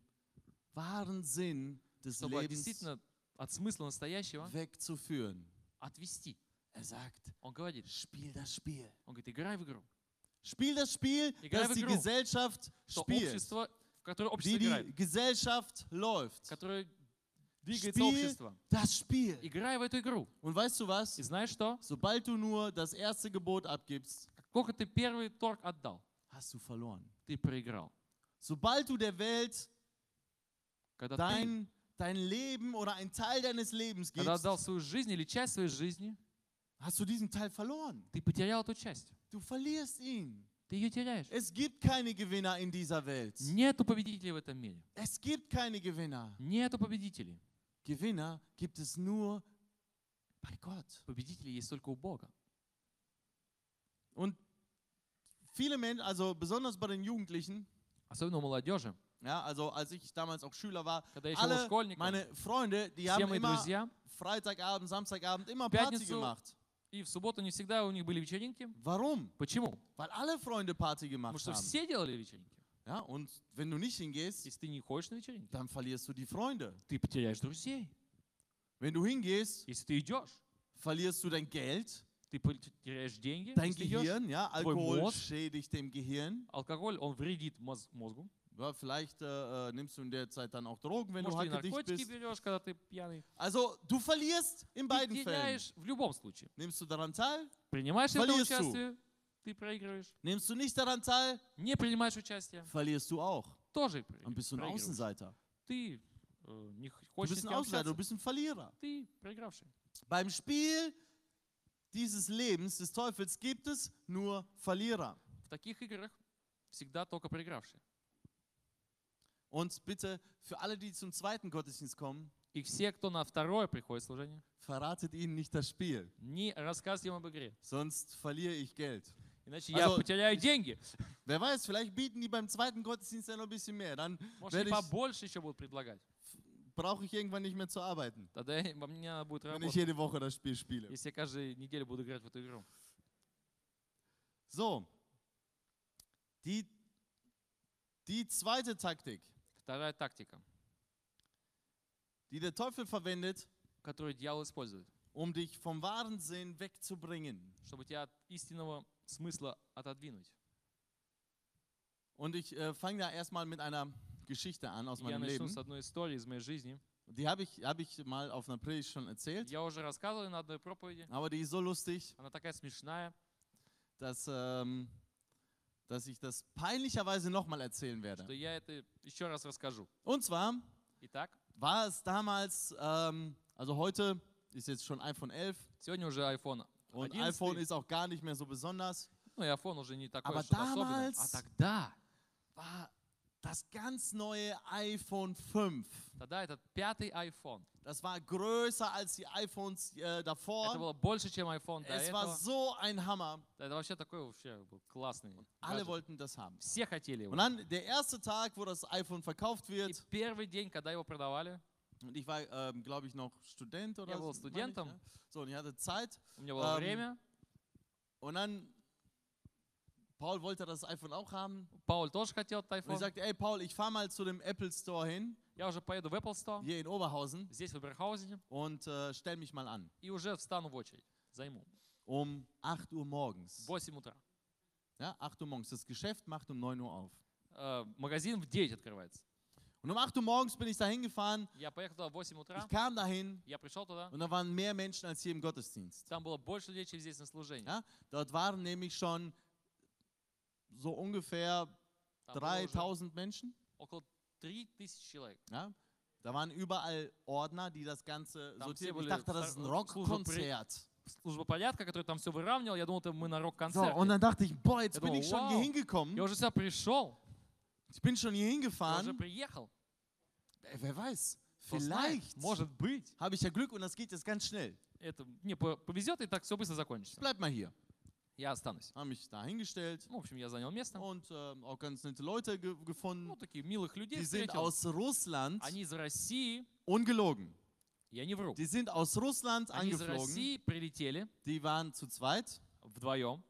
wahren Sinn des чтобы Lebens действительно от смысла настоящего wegzuführen. отвести. Er sagt, Он говорит, spiel das Spiel. он говорит, играй в игру. Spiel das Spiel, Egal, das wie die groß. Gesellschaft Что spielt. общество, в которое общество Wie играет, die Gesellschaft läuft. которое двигается Spiel общество. das Spiel. Играй в эту игру. Und weißt du was? И знаешь что? Sobald du nur das erste Gebot abgibst, Как только ты первый торг отдал, hast du verloren. ты проиграл. Sobald du der Welt Когда ты dein, dein Leben oder einen Teil deines Lebens когда gibst, отдал свою жизнь или часть своей жизни, hast du diesen Teil verloren. ты потерял эту часть. Du verlierst ihn. Ты ее теряешь. Es gibt keine Gewinner in dieser Welt. Нету победителей в этом мире. Es gibt keine Gewinner. Нету победителей. Gewinner gibt es nur bei Gott. Победители есть только у Бога. Und viele Menschen, also besonders bei den Jugendlichen, Особенно у молодежи. ja, also als ich damals auch Schüler war, Когда я еще был alle школьником, meine Freunde, die все haben мои immer друзья, Freitagabend, Samstagabend immer Party Пятницу. gemacht. и в субботу не всегда у них были вечеринки. Warum? Почему? Weil alle Freunde Party Потому gemacht что haben. все делали вечеринки. Ja, und wenn du nicht hingehst, Если ты не ходишь на вечеринки, dann verlierst du die Freunde. ты потеряешь друзей. Wenn du hingehst, Если ты идешь, verlierst du dein Geld, ты потеряешь деньги. dein Если идешь, Gehirn. Ja, Твой Alkohol мозг. schädigt dem Gehirn. алкоголь, он вредит моз- мозгу. Ja, vielleicht äh, äh, nimmst du in der Zeit dann auch Drogen, wenn Может, ты du hackedicht наркотики bist. берешь, когда ты пьяный. Also, du verlierst in Ты beiden Fällen. теряешь в любом случае. Nimmst du daran teil? Принимаешь это Полезу. участие, ты проигрываешь. Nimmst du nicht daran teil? Не принимаешь участие, Verlierst du auch. тоже Dann bist du ein проигрываешь. Außenseiter. ты э, не х- Du хочешь bist с ein кем Außenseiter, общаться, du bist ein Verlierer. ты проигравший. Beim Spiel dieses Lebens des Teufels gibt es nur Verlierer. В таких играх всегда только проигравшие. Und bitte für alle, die zum zweiten Gottesdienst kommen, И все, кто на второе приходит служение, verratet ihnen nicht das Spiel, не рассказывайте им об игре. sonst verliere ich Geld. Иначе Also, я [LAUGHS] потеряю деньги. Wer weiß, vielleicht bieten die beim zweiten Gottesdienst ja noch ein bisschen mehr. Dann Может, werde они ich, побольше еще будут предлагать. brauche ich irgendwann nicht mehr zu arbeiten, Тогда я- во мне надо будет wenn ich работать, jede Woche das Spiel spiele. если я каждую неделю буду играть в эту игру. So, die Die zweite Taktik, Вторая тактика, die der Teufel verwendet, которую дьявол использует, um dich vom wahren Sinn wegzubringen чтобы тебя от истинного смысла отодвинуть. Und ich äh, fange da erstmal mit einer Geschichte an aus И Я meinem начну Leben. с одной истории из моей жизни. Die habe ich, hab ich mal auf einer Predigt schon erzählt, Я уже рассказывал её на одной проповеди. aber die ist so lustig, Она такая смешная, dass, ähm, dass ich das peinlicherweise nochmal erzählen что werde. я это еще раз расскажу. Und zwar Итак, war es damals, ähm, also heute ist jetzt schon iPhone 11 сегодня уже iPhone. und 11. iPhone ist auch gar nicht mehr so besonders, Ну, и iPhone уже не такой Aber что особенный. А damals- тогда, war das ganz neue iPhone 5. тогда этот пятый iPhone. Das war größer als die iPhones äh, Это davor. было больше, чем iPhone до Es war этого. so ein Hammer. Это вообще такой вообще был классный. Alle гаджет. wollten das haben. Все хотели его. Und dann der erste Tag, wo das iPhone verkauft И wird, первый день, когда его продавали, und ich war, ähm, glaube ich, noch Student oder Ja, wohl so, Studentum. meine ich, ne? So, und ich hatte Zeit. у меня было Ähm, время. Und dann, Paul wollte das iPhone auch haben. Пауль тоже хотел этот Und ich iPhone. sagte, ey Paul, ich fahre mal zu dem Apple Store hin, Я уже поеду в Apple Store, hier in Oberhausen, здесь, в Эберхаузене, und äh, stell mich mal an. и уже встану в очередь. Займу. Um 8 Uhr morgens. 8 утра. Ja, 8 Uhr morgens. Das Geschäft macht um 9 Uhr auf. Э, магазин в 9 открывается. Und um 8 Uhr morgens bin ich da hingefahren. Я поехал туда в 8 утра, Ich kam dahin я пришел туда, und da waren mehr Menschen als hier im Gottesdienst. там было больше людей, чем здесь на служении. Ja, dort waren nämlich schon so ungefähr Там было уже 3000 Menschen. около 3000 человек. Ja? Da waren überall Ordner, die das Ganze Da haben sortieren. sie Ich wohl dachte, das ist ein gesagt, äh, Rockkonzert. Служба порядка, которая там все выравнивала, я думал, это мы на So, рок-концерте. und dann dachte ich, boah, jetzt Ja, bin doch, ich schon wow. hier hingekommen. Я уже сюда пришел, Ich bin schon hier я уже hingefahren. приехал. Ey, Wer weiß, Кто знает, vielleicht может быть. habe ich ja Glück und das geht jetzt ganz schnell. Это мне по- повезет, и так все быстро закончится. Bleib mal hier. Я останусь. Haben mich da hingestellt Ну, в общем, я занял место. und ähm, auch ganz nette Leute ge gefunden. Ну, таких милых людей Die sind встретил. aus Russland, Они из России, ungelogen. я не вру. Die sind aus Russland Они из angeflogen. России прилетели Die waren zu zweit вдвоем.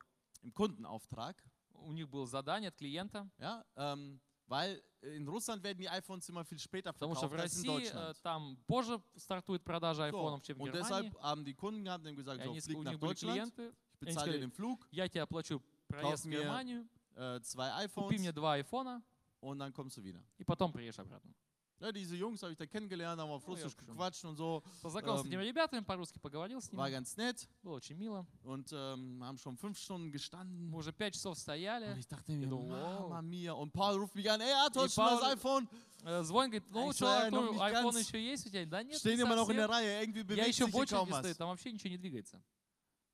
im Kundenauftrag, У них было задание от клиента, ja, ähm, weil in Russland werden die iPhones immer viel später потому что в verkauft als in России э, Deutschland. там позже стартует продажа айфонов, So. чем в Und Германии. deshalb haben die Kunden gehabt und haben gesagt, И so, они, ск- flieg у nach них были Deutschland, клиенты, ich bezahle Они den Flug, я тебе оплачу проезд в мне Германию, äh, zwei купи мне iPhones два айфона, und dann kommst du wieder. и потом приедешь обратно. Ja, diese Jungs habe ich da kennengelernt, haben auf Oh, ja, Russisch schön. gequatscht und so, Познакомился с Эм, этими ребятами, по-русски поговорил с war ними, ganz nett было очень мило. und ähm, haben schon fünf Stunden gestanden. Мы уже пять часов Und стояли, ich dachte mir, so, Mama wow. mia. Und Paul ruft mich an, ey, Arthur, Ey, hast du schon das Paul, iPhone? Э, Звон говорит, Ай, ну что, sorry, Артур, ну, не айфон ganz. еще есть у тебя? Да нет, Stehen не immer noch in der совсем. Reihe, irgendwie Я bewegt еще sich в hier очереди kaum was. стою, там вообще ничего не двигается.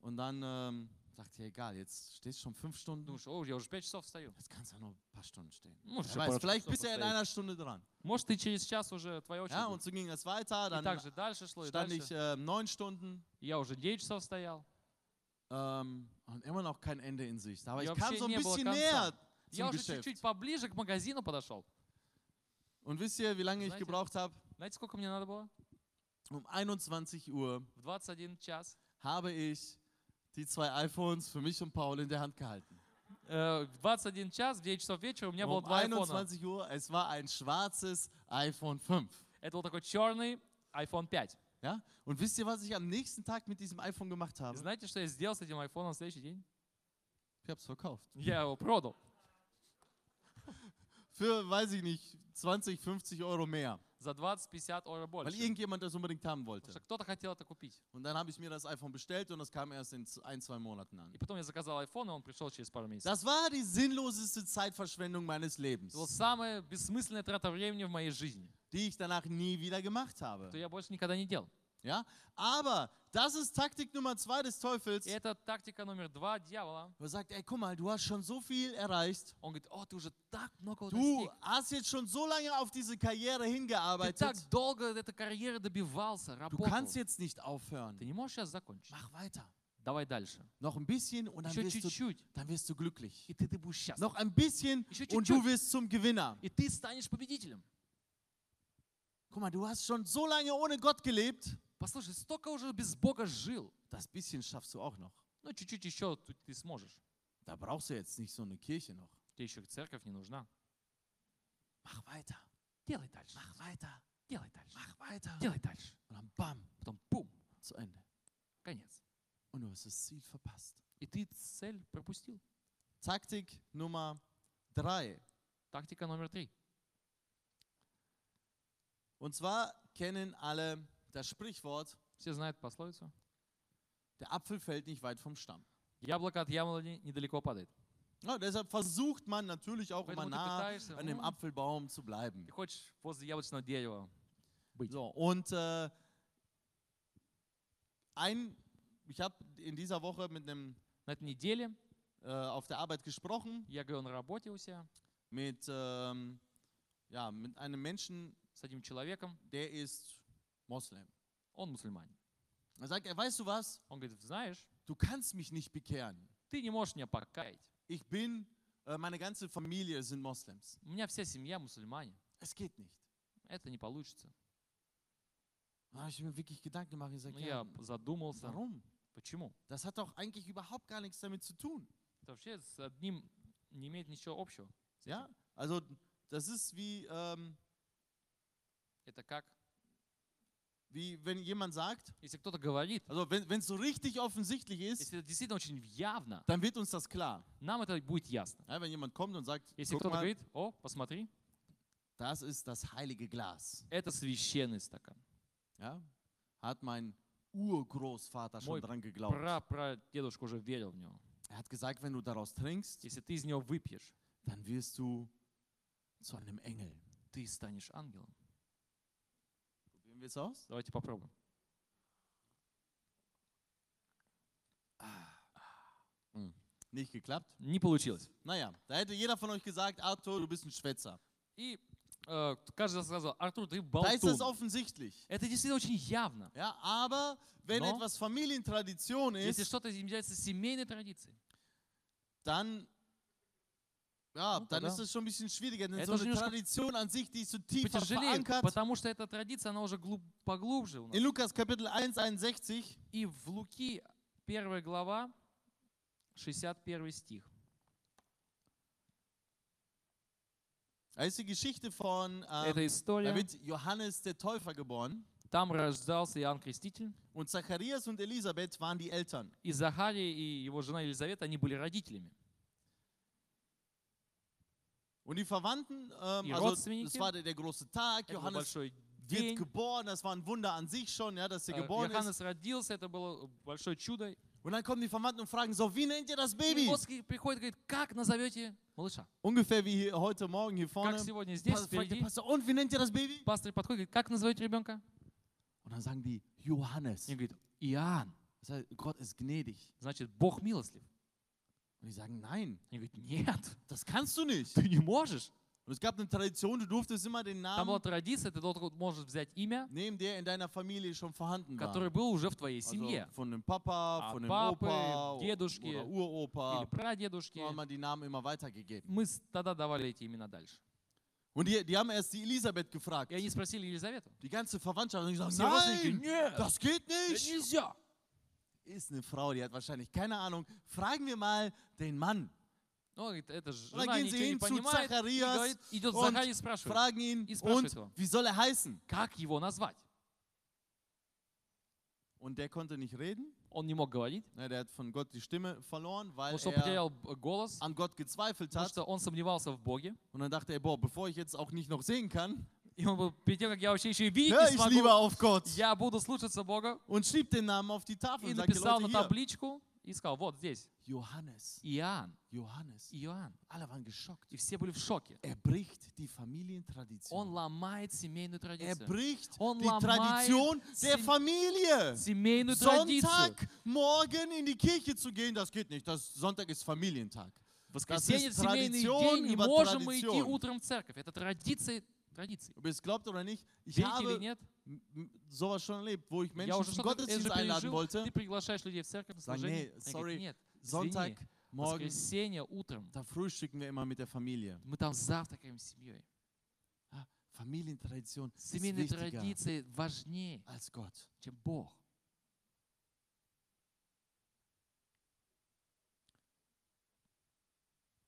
Und dann ähm, dachte ich, egal, jetzt stehst schon fünf Stunden. Думаешь, о, я уже пять часов стою. Jetzt kannst du ja noch ein paar Stunden stehen. Ну, Wer ещё weiß, пару vielleicht часов bist du ja in постоишь. einer Stunde dran. Может, ты через час уже твоя очередь. Ja, будет. und so ging es weiter. и так Dann же дальше шло, и stand ich дальше. äh, neun Stunden Я уже 9 часов стоял. ähm, und immer noch kein Ende in Sicht. Aber И ich kam вообще so ein не было bisschen конца. näher Я zum уже Geschäft. чуть-чуть поближе к магазину подошел. Und wisst ihr, wie lange ich Знаете- gebraucht habe? Знаете, сколько мне надо было? Um 21 Uhr В 21 час. habe ich die zwei iPhones für mich und Paul in der Hand gehalten. Э, в 21 час, в 9 часов вечера у меня было Um два айфона. 21 Uhr, es war ein schwarzes iPhone 5. Это был такой черный iPhone 5. Ja? Und wisst ihr, was ich am nächsten Tag mit diesem iPhone gemacht habe? Знаете, что я сделал с этим айфоном на следующий день? Ich habe es verkauft. Я его продал Für, weiß ich nicht, 20, 50 Euro mehr. за 20-50 евро Weil больше. irgendjemand das unbedingt haben wollte. Потому что кто-то хотел это купить. Und dann habe ich mir das iPhone bestellt und das kam erst in z- ein, zwei Monaten an. И потом я заказал iPhone, и он пришел через пару месяцев. Das war die sinnloseste Zeitverschwendung meines Это была Lebens, самая бессмысленная трата времени в моей жизни. die ich danach nie wieder gemacht habe. То я больше никогда не делал. Ja? Aber das ist Taktik Nummer zwei des Teufels. И это тактика номер два дьявола. Er sagt, ey, guck mal, du hast schon so viel erreicht. Он говорит, о, ты уже так много Du достиг. hast jetzt schon so lange auf diese Karriere Ты hingearbeitet. так долго этой карьеры добивался, Du работал. kannst jetzt nicht Ты aufhören. не можешь сейчас закончить. Mach weiter. Давай дальше. Noch ein bisschen und dann Еще wirst du чуть-чуть, dann wirst du glücklich. и ты, ты будешь счастлив. Noch ein bisschen Еще und du чуть-чуть, wirst zum Gewinner. и ты станешь победителем. Guck mal, du hast schon so lange ohne Gott gelebt. Послушай, столько уже без Бога жил. Das bisschen schaffst du auch noch. Ну, чуть-чуть еще ты, ты сможешь. Da brauchst du jetzt nicht so eine Kirche noch. Тебе еще церковь не нужна. Mach weiter, Делай дальше. mach weiter, Делай дальше. mach weiter. Делай дальше. Und dann bam, Потом бум, zu Ende. конец. Und du hast das Ziel verpasst. И ты цель пропустил. Taktik Nummer drei. Тактика номер три. Und zwar kennen alle das Sprichwort, Все знают пословицу. der Apfel fällt nicht weit vom Stamm. Яблоко от яблони недалеко падает. Ja, deshalb versucht man natürlich auch immer Поэтому ты nah пытаешься, an dem м, Apfelbaum zu bleiben. ты хочешь возле яблочного дерева. So, und äh, ein, ich habe in dieser Woche mit einem На этой неделе äh, auf der Arbeit gesprochen, я говорил на работе у себя mit, ähm, ja, mit einem Menschen, с одним человеком. der ist Moslem. Он мусульманин. Er sagt, er, weißt du was, Он говорит, знаешь, du kannst mich nicht bekehren. ты не можешь меня покаять. Ich bin, äh, meine ganze Familie sind Moslems. У меня вся семья мусульмане. Es geht nicht. Это не получится. Da habe ich mir wirklich Gedanken gemacht. Ich sage, Ну, ja, я задумался. warum? Почему? Das hat doch eigentlich überhaupt gar nichts damit zu tun. Это вообще с одним не имеет ничего общего. Ja, also das ist wie, ähm, Это как, wie wenn jemand sagt, если кто-то говорит, also wenn es so richtig offensichtlich ist, если это действительно очень явно, dann wird uns das klar. нам это будет ясно. Ja, wenn jemand kommt und sagt, Если guck кто-то mal, говорит, о, посмотри, das ist das heilige Glas. это священный стакан. Ja, hat mein Urgroßvater schon Moi dran geglaubt. Пра-прадедушка уже верил в него. Er hat gesagt, wenn du daraus trinkst, Если ты из него выпьешь, dann wirst du zu einem Engel. ты станешь ангелом. Probieren wir es aus? Давайте попробуем. Nicht geklappt. Не получилось. Naja, da hätte jeder von euch gesagt, Arthur, du bist ein Schwätzer. И э, каждый сказал, Артур, ты Da ist das болтун. offensichtlich. Это действительно очень явно. Ja, aber wenn No. etwas Familientradition Если ist, что-то является семейной традицией, dann, ja, Ну, dann тогда- ist es schon ein bisschen schwieriger. Denn Это so уже eine немножко Tradition an sich, die ist so tief потяжелее, verankert. потому что эта традиция, она уже глуб- поглубже у нас. In Lukas Kapitel 1, 61, И в Луки 1 глава, 61 стих. da ist die Geschichte von, Это ähm, da история. wird Johannes der Täufer geboren Там рождался Иоанн Креститель. und Zacharias und Elisabeth waren die Eltern. И Захария и его жена Елизавета, они были родителями. Und die Verwandten, ähm, Die also es Родственники. war der, der große Tag, Это был Johannes большой wird день. geboren, das war ein Wunder an sich schon, ja, dass Э, er geboren ist. Иоханнес родился, это было большое чудо. И Und dann kommen die Verwandten und fragen, so, wie nennt ihr das Baby? вот приходит и говорит, как назовете малыша? Ungefähr wie hier, heute Morgen hier Как vorne. сегодня здесь Pa- Fragt der впереди. Pastor, und wie nennt ihr das Baby? Пастор подходит, говорит, как назовете ребенка? Und dann sagen die, Johannes. И он говорит, Иоанн. Das heißt, Gott ist gnädig. Значит, Бог милостлив. Und die sagen, nein, Они говорят, нет, [LAUGHS] das kannst du nicht. ты не можешь. Und es gab eine Tradition, du durftest immer den Там была Namen традиция, ты должен- можешь взять имя, nehmen, der in deiner Familie schon vorhanden которое war. было уже в твоей Also семье. von dem Papa, Ah, von dem Pape, Opa o- Дедушки oder Или Uropa. прадедушки. Da haben wir die Namen immer weitergegeben. Мы с- тогда давали эти имена дальше. Und die, die haben erst die Elisabeth gefragt. И они спросили Елизавету. Die ganze Verwandtschaft. Und ich sage, Все родственники, nein, нет, das geht это nicht. нельзя. ist eine Frau, die hat wahrscheinlich keine Ahnung. Fragen wir mal den Mann. Ну, говорит, это же Und dann жена gehen sie ничего не hin zu понимает. И Zacharias говорит, идет und Захарий и спрашивает, fragen ihn, Ist und Baschwitz. wie soll er heißen? как его назвать? Und der konnte nicht reden. Он не мог говорить, Na, der hat von Gott die Stimme verloren, weil потому что er потерял б- голос, an Gott gezweifelt потому hat. что он сомневался в Боге. Und dann dachte er, boah, bevor ich jetzt auch nicht noch sehen kann, И он был, перед тем, как я вообще еще Э, и видеть höre не ich lieber смогу, auf Gott. я буду слушаться Бога. Und schrieb den Namen auf die Tafel И und sagte, написал на Leute, hier, табличку и сказал, вот здесь, Johannes, Иоанн, Johannes. Иоанн. Alle waren geschockt. И все были в шоке. Er bricht die Он Familientradition. ломает Er семейную традицию. bricht Und die Lamai Tradition der sind- Familie. Семейную традицию. Sonntagmorgen in die Kirche zu gehen, das geht nicht. Das Sonntag ist Familientag. Воскресенье, в Das ist семейный Tradition день, не über можем мы идти Tradition. утром в церковь. Это традиция традиции. Ob ihr es glaubt oder nicht, ich Верите или habe нет, m- m- sowas schon erlebt, wo ich я Menschen уже zum что-то это Gottesdienst же einladen пережил. wollte. Ты приглашаешь людей в церковь Sagen, на служение. nee, Они говорят, sorry, Нет, извини, Sonntagmorgen, воскресенье утром. da frühstücken wir immer mit der Familie. Мы там завтракаем с семьей. Ah, Familientradition ist Семейные wichtiger традиции важнее, als Gott. чем Бог.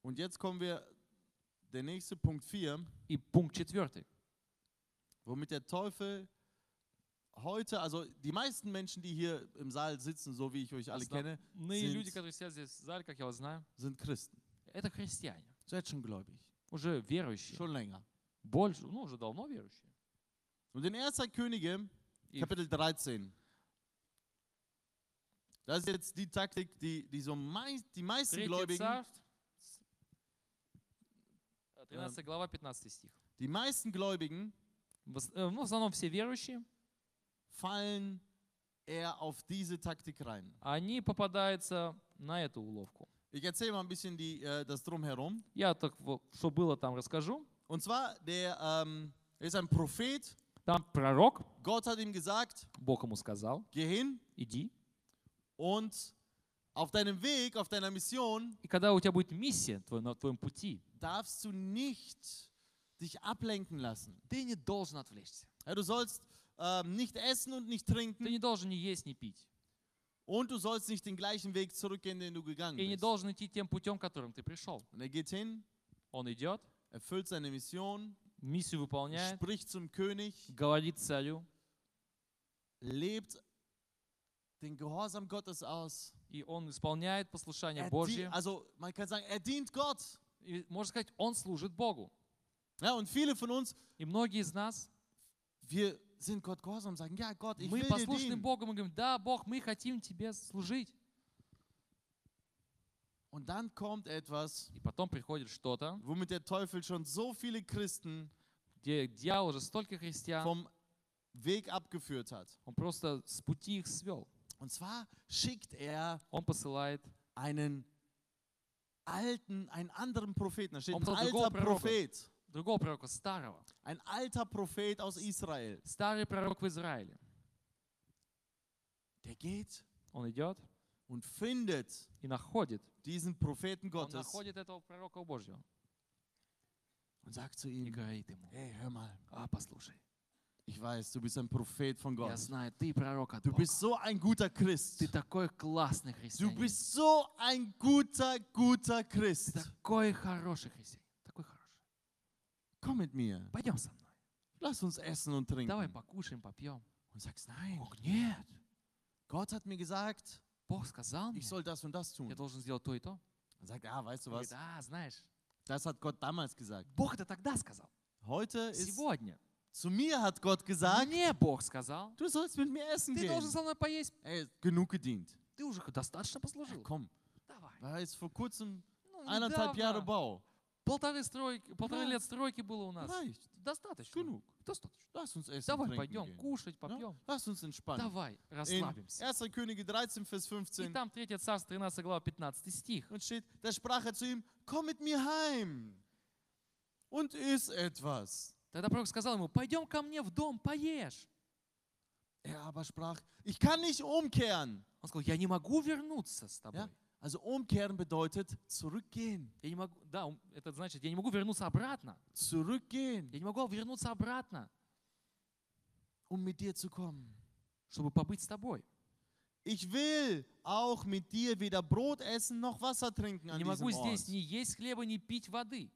Und jetzt kommen wir der nächste Punkt 4, И пункт четвертый. womit der Teufel heute, also die meisten Menschen, die hier im Saal sitzen, so wie ich euch alle kenne, Основные sind- Ну люди, которые сидят здесь в зале, как я вас знаю, sind Christen. это христиане, Seid schon gläubig, уже верующие, schon länger. больше, ну уже давно верующие. Und in 1. Könige, И в Kapitel 13. Das ist jetzt die Taktik, die, die so mei die meisten Третий Gläubigen, царств, э, 13 глава, 15 стих. die meisten Gläubigen В ос- э, ну, в основном все верующие, fallen eher auf diese Taktik rein. они попадаются на эту уловку. Ich erzähle mal ein bisschen die, äh, das Drumherum. Я так, вот, что было там, расскажу. Und zwar, der ähm, er ist ein Prophet. Там пророк, Gott hat ihm gesagt, Бог ему сказал, geh hin иди. und auf deinem Weg, auf deiner Mission, И когда у тебя будет миссия твоя на твоем пути, darfst du nicht dich ablenken lassen. ты не должен отвлечься. Ja, du sollst ähm, nicht essen und nicht Ты trinken не должен ни есть, ни пить. und du sollst nicht den gleichen Weg zurückgehen, den du gegangen И не bist. должен идти тем путем, которым ты пришел. Und er geht hin, Он идет, erfüllt seine Mission, миссию выполняет, spricht zum König, говорит царю, lebt den Gehorsam Gottes aus. и он исполняет послушание Er Божье. dient- also man kann sagen, er dient Gott. И, можно сказать, он служит Богу. Ja, und viele von uns, И многие из нас, wir sind Gott gehorsam, und sagen, ja Gott, ich will мы dir послушны dienen. Богу, мы говорим, да, Бог, мы хотим Тебе служить. Und dann kommt etwas, И потом приходит что-то, womit der Teufel schon so viele Christen где дьявол уже столько христиан, vom Weg abgeführt hat. он просто с пути их свел. Und zwar schickt er Он посылает, einen alten, einen anderen Propheten. Da steht Ob ein das der alter Goldproroke. Prophet. другого пророка, старого, Ein alter Prophet aus Israel. старый пророк в Израиле. Der geht Он идет und findet и находит, diesen Propheten он Gottes находит этого пророка Божьего und sagt zu и ihm, говорит ему, hey, hör mal, а, послушай, ich weiß, du bist ein Prophet von я Gott. знаю, ты пророк от Du Бога. bist so ein guter Christ. Ты такой классный Du христианин. bist so ein guter, guter Ты Christ. такой хороший христианин. Такой хороший. Komm mit mir. Пойдем со мной. Lass uns essen und trinken. Давай Und покушаем, попьем. sagst, nein, Он говорит, нет. Gott hat mir gesagt, Bог сказал мне, ich soll das und das tun. я должен сделать то и то. Und sagt, ah, weißt du Он was, говорит, а, знаешь, das hat Gott damals gesagt. Бог это тогда сказал. Heute ist, Сегодня. zu mir hat Gott gesagt, Мне Бог сказал. du sollst mit mir essen Ты должен gehen. со мной поесть. Ey, genug gedient. Ты уже достаточно послужил. Komm, Давай. war jetzt vor kurzem Ну, eineinhalb недавно. Jahre Bau. Полторы, стройки, полторы Да. лет стройки было у нас. Reicht. Достаточно. Genug. Достаточно. Lass uns essen Давай trinken пойдем gehen. кушать, Ja? попьем. Lass uns entspannen. Давай, In расслабимся. 1. Könige 13, Vers И 15 там 3 царство, 13 глава, 15 стих. und steht, da sprach er zu ihm, komm mit mir heim und iss etwas. Тогда пророк сказал ему, пойдем ко мне в дом, поешь. Er aber sprach, ich kann nicht umkehren. Он сказал, я не могу вернуться с тобой. Ja? Also umkehren bedeutet зurückgehen, Я не могу, да, ум- это значит, я не могу вернуться обратно. zurückgehen, Я не могу вернуться обратно, um mit dir zu kommen. чтобы побыть с тобой. Ich will auch mit dir weder Brot essen noch Wasser trinken Я an не могу diesem здесь ни Ort. есть хлеба, ни пить воды.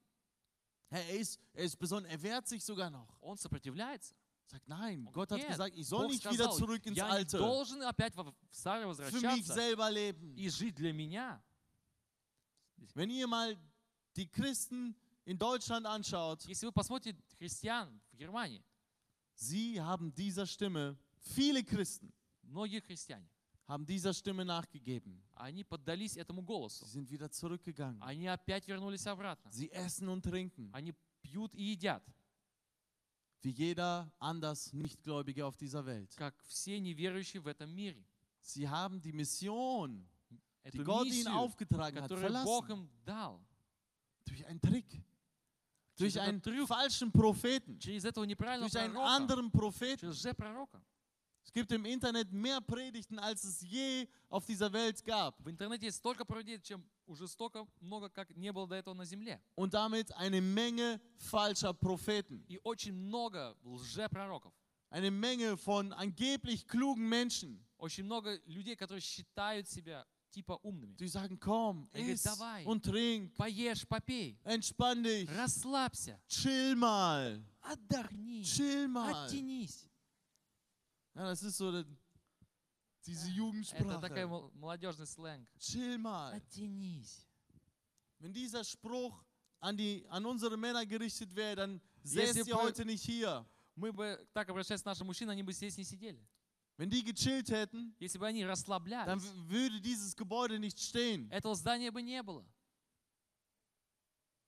Er ist, er ist besonders, er wehrt sich sogar noch. Он сопротивляется. Sagt, nein, Он Gott hat говорит, «Нет, gesagt, ich soll Бог nicht wieder сказал, zurück ins я не Alte, должен опять во- в старое für mich возвращаться selber leben. и жить для меня. Wenn ihr mal die Christen in Deutschland anschaut, Если вы посмотрите христиан в Германии, sie haben dieser Stimme, viele Christen многие христиане, haben dieser Stimme nachgegeben. они поддались этому голосу. Sie sind wieder zurückgegangen. Они опять вернулись обратно. Sie essen und trinken, Они пьют и едят, wie jeder anders Nichtgläubige auf dieser Welt. как все неверующие в этом мире. Sie haben die Mission, die Эту Gott ihnen миссию, aufgetragen hat, которую Бог verlassen. им дал, Durch einen Trick, durch этот einen Trick. falschen Propheten, через этого неправильного durch einen пророка, anderen Propheten. через лжепророка. Es gibt im Internet mehr Predigten, als es je auf dieser Welt gab. В интернете есть столько проповедей, чем уже столько много, как не было до этого на земле. und damit eine Menge falscher Propheten, И очень много лжепророков. eine Menge von angeblich klugen Menschen, Очень много людей, которые считают себя типа умными. Die sagen, komm, Er geht iss dabei. und trink, Поешь, попей, entspann dich, расслабься, chill mal, отдохни, chill mal. оттянись. Ja, das ist so die- diese Это такой Jugendsprache. мол- молодежный сленг. Chill mal. Оттянись. Wenn dieser Spruch an, die, an unsere Männer gerichtet wäre, dann Если säßt ihr бы- heute nicht hier. Мы бы так обращались к нашим мужчинам, они бы здесь не сидели. Wenn die gechillt hätten, Если бы они dann расслаблялись, w- würde dieses Gebäude nicht stehen. этого здания бы не было.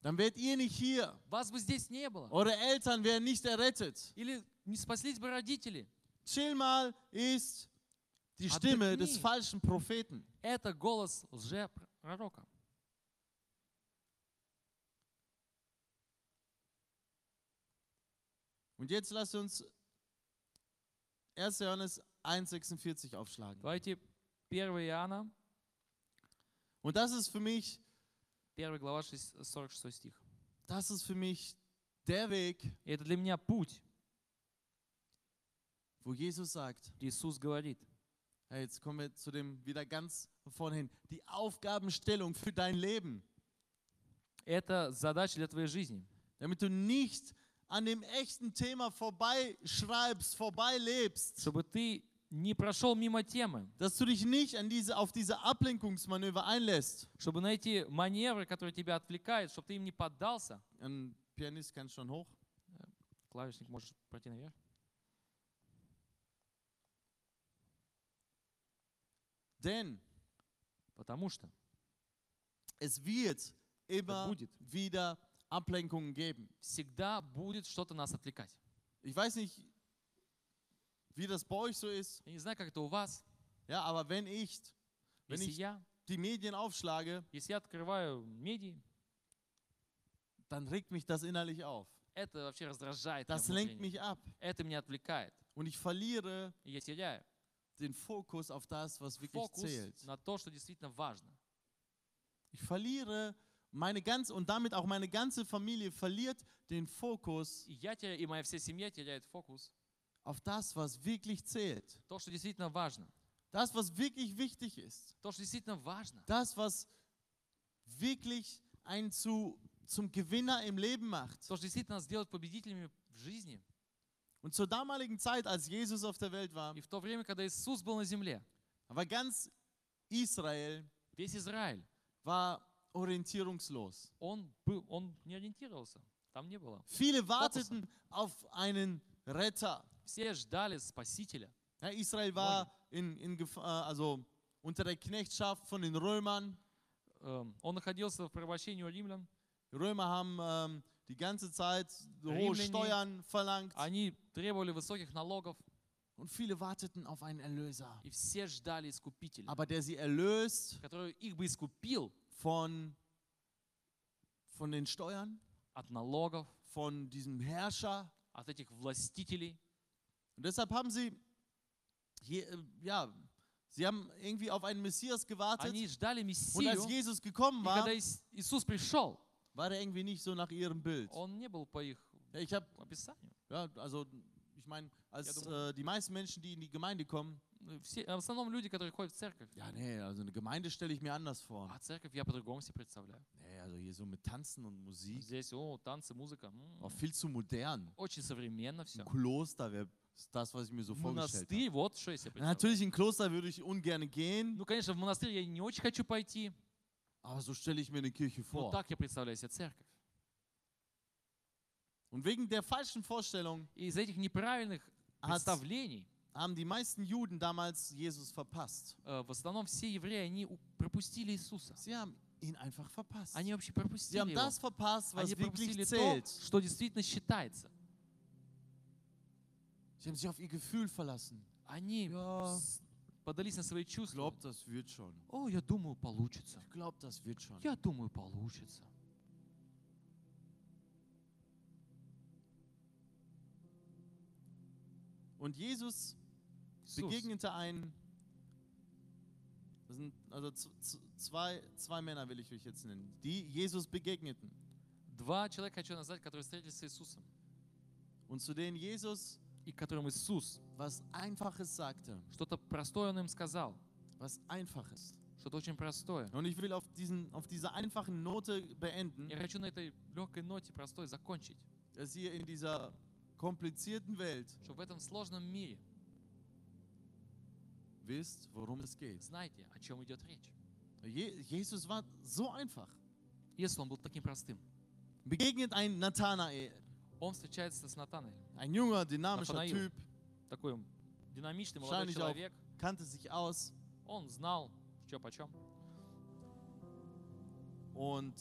Dann wärt ihr nicht hier. Вас бы здесь не было. Eure Eltern wären nicht errettet. Или не спаслись бы родители. Chill mal ist die Aber Stimme nie. des falschen Propheten. Это голос лжепророка. Und jetzt lasst uns 1. Johannes 1,46 aufschlagen. Давайте 1 Иоанна, Und das ist für mich 1 глава 6 46 стих. das ist für mich der Weg, И это для меня путь. wo Jesus sagt, Иисус говорит, hey, jetzt kommen wir zu dem wieder ganz vorne hin, die Aufgabenstellung für dein Leben, это задача для твоей жизни. damit du nicht an dem echten Thema vorbeischreibst, vorbeilebst, Чтобы ты не прошел мимо темы, dass du dich nicht an diese, auf diese Ablenkungsmanöver einlässt. чтобы найти маневры, которые тебя отвлекают, чтобы ты им не поддался. Ein Pianist kann schon hoch. Клавишник может пройти наверх. Denn Потому что es wird immer будет. wieder Ablenkungen geben. всегда будет что-то нас отвлекать. Ich weiß nicht, wie das bei euch so ist, Я не знаю, как это у вас. ja, aber wenn ich, wenn Если ich я, die Medien aufschlage, если я открываю медии, dann regt mich das innerlich auf. это вообще раздражает. меня Das lenkt внутренне. mich ab Это меня отвлекает. und ich verliere И я теряю den Fokus auf das, was wirklich фокус zählt. на то, что действительно важно. Ich verliere meine ganze und damit auch meine ganze Familie verliert den Fokus И я теряю, и моя вся семья теряет фокус. auf das, was wirklich zählt. То, что действительно важно. Das, was wirklich wichtig ist. То, что действительно важно. Das, was wirklich einen zu, zum Gewinner im Leben macht. То, что действительно нас делает победителями в жизни. Und zur damaligen Zeit, als Jesus auf der Welt war, И в то время, когда Иисус был на земле, war ganz Israel весь Израиль, war orientierungslos. он, был, он не ориентировался. Там не было. Viele warteten auf einen Retter. Все ждали Спасителя. Ja, Israel war in, in Gef- äh, also unter der Knechtschaft von den Römern. Эм, Он находился в порабощении у римлян. Die Römer haben ähm, die ganze Zeit hohe Rimini. Steuern verlangt. Они требовали высоких налогов, Und viele warteten auf einen Erlöser. и все ждали Искупителя, Aber der sie erlöst который их бы искупил von, von den Steuern, от налогов, von diesem Herrscher. от этих властителей. Und deshalb haben sie, je, äh, ja, sie haben irgendwie auf einen Messias gewartet. Они ждали Und als Мессию, Jesus и gekommen war, когда Ис- Иисус пришел, war er irgendwie nicht so nach ihrem Bild. он не был по их Ja, ich habe описанию. Ja, also ich meine, Ja, als du- äh, die meisten Menschen, die in die Gemeinde kommen, Ну, Все, в основном люди, которые ходят в церковь, ja, nee, also eine Gemeinde stelle ich mir anders vor. а церковь я по-другому себе представляю. Nee, also hier so mit Tanzen und Musik, Здесь, о, танцы, музыка. м, auch viel zu modern. Очень современно все. Ein Kloster wäre das, was ich mir so vorgestellt habe. Монастырь, вот что я себе Ja, представляю. natürlich, in ein Kloster würde ich ungern gehen, Ну, конечно, в монастырь я не очень хочу пойти, aber so stelle ich mir eine Kirche vor. но так я представляю себе церковь. Und wegen der falschen Vorstellung И из этих неправильных Отц- представлений haben die meisten Juden damals Jesus verpasst. э, в основном все евреи, они у- пропустили Иисуса. Sie haben ihn einfach verpasst. Они вообще Sie пропустили haben его. das verpasst, was Они пропустили wirklich то, zählt. что действительно считается. Sie haben sich auf ihr Gefühl verlassen. Они Ja. с- подались на свои чувства. Glaubt, das wird schon. О, я думаю, получится. Glaubt, das wird schon. Я думаю, получится. Und Jesus Иисус, begegnete einen, das sind also z- z- zwei, zwei Männer will ich euch jetzt nennen, die Jesus begegneten Два человека хочу назвать, которые встретились с Иисусом. und zu denen Jesus И которым Иисус was Einfaches sagte, что-то простое он им сказал. was Einfaches. Что-то очень простое. Und ich will auf, diesen, auf dieser einfachen Note beenden, Я хочу на этой легкой ноте простой закончить, dass ihr in dieser komplizierten Welt чтобы в этом сложном мире wisst, worum es geht. знаете, о чем идет речь. Je Jesus war so einfach. Иисус, он был таким простым. Begegnet ein Nathanael, Он встречается с Натанаэлем. ein junger, dynamischer Nathanael. Typ, Такой динамичный молодой Шайный жал. человек. kannte sich aus Он знал, что почем. und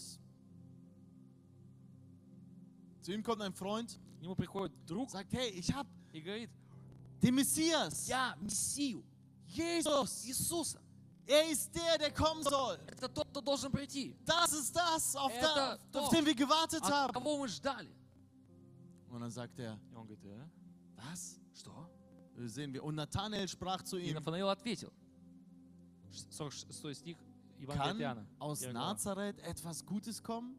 zu ihm kommt ein Freund, К нему приходит друг sagt, hey, ich hab и говорит, den Messias, я Мессию, Jesus, Иисуса. er ist der, der kommen soll. Это тот, кто должен прийти. Das ist das, auf, Er da, da- auf doch. den wir gewartet От haben. кого мы ждали? Und dann sagt er, И он говорит, «Э, was? что? Das sehen wir. Und Nathanael sprach zu И ihm, Нафанаил ответил. Ш- А 46 стих Евангелия от kann Иоанна. aus Первая глава. Nazareth etwas Gutes kommen?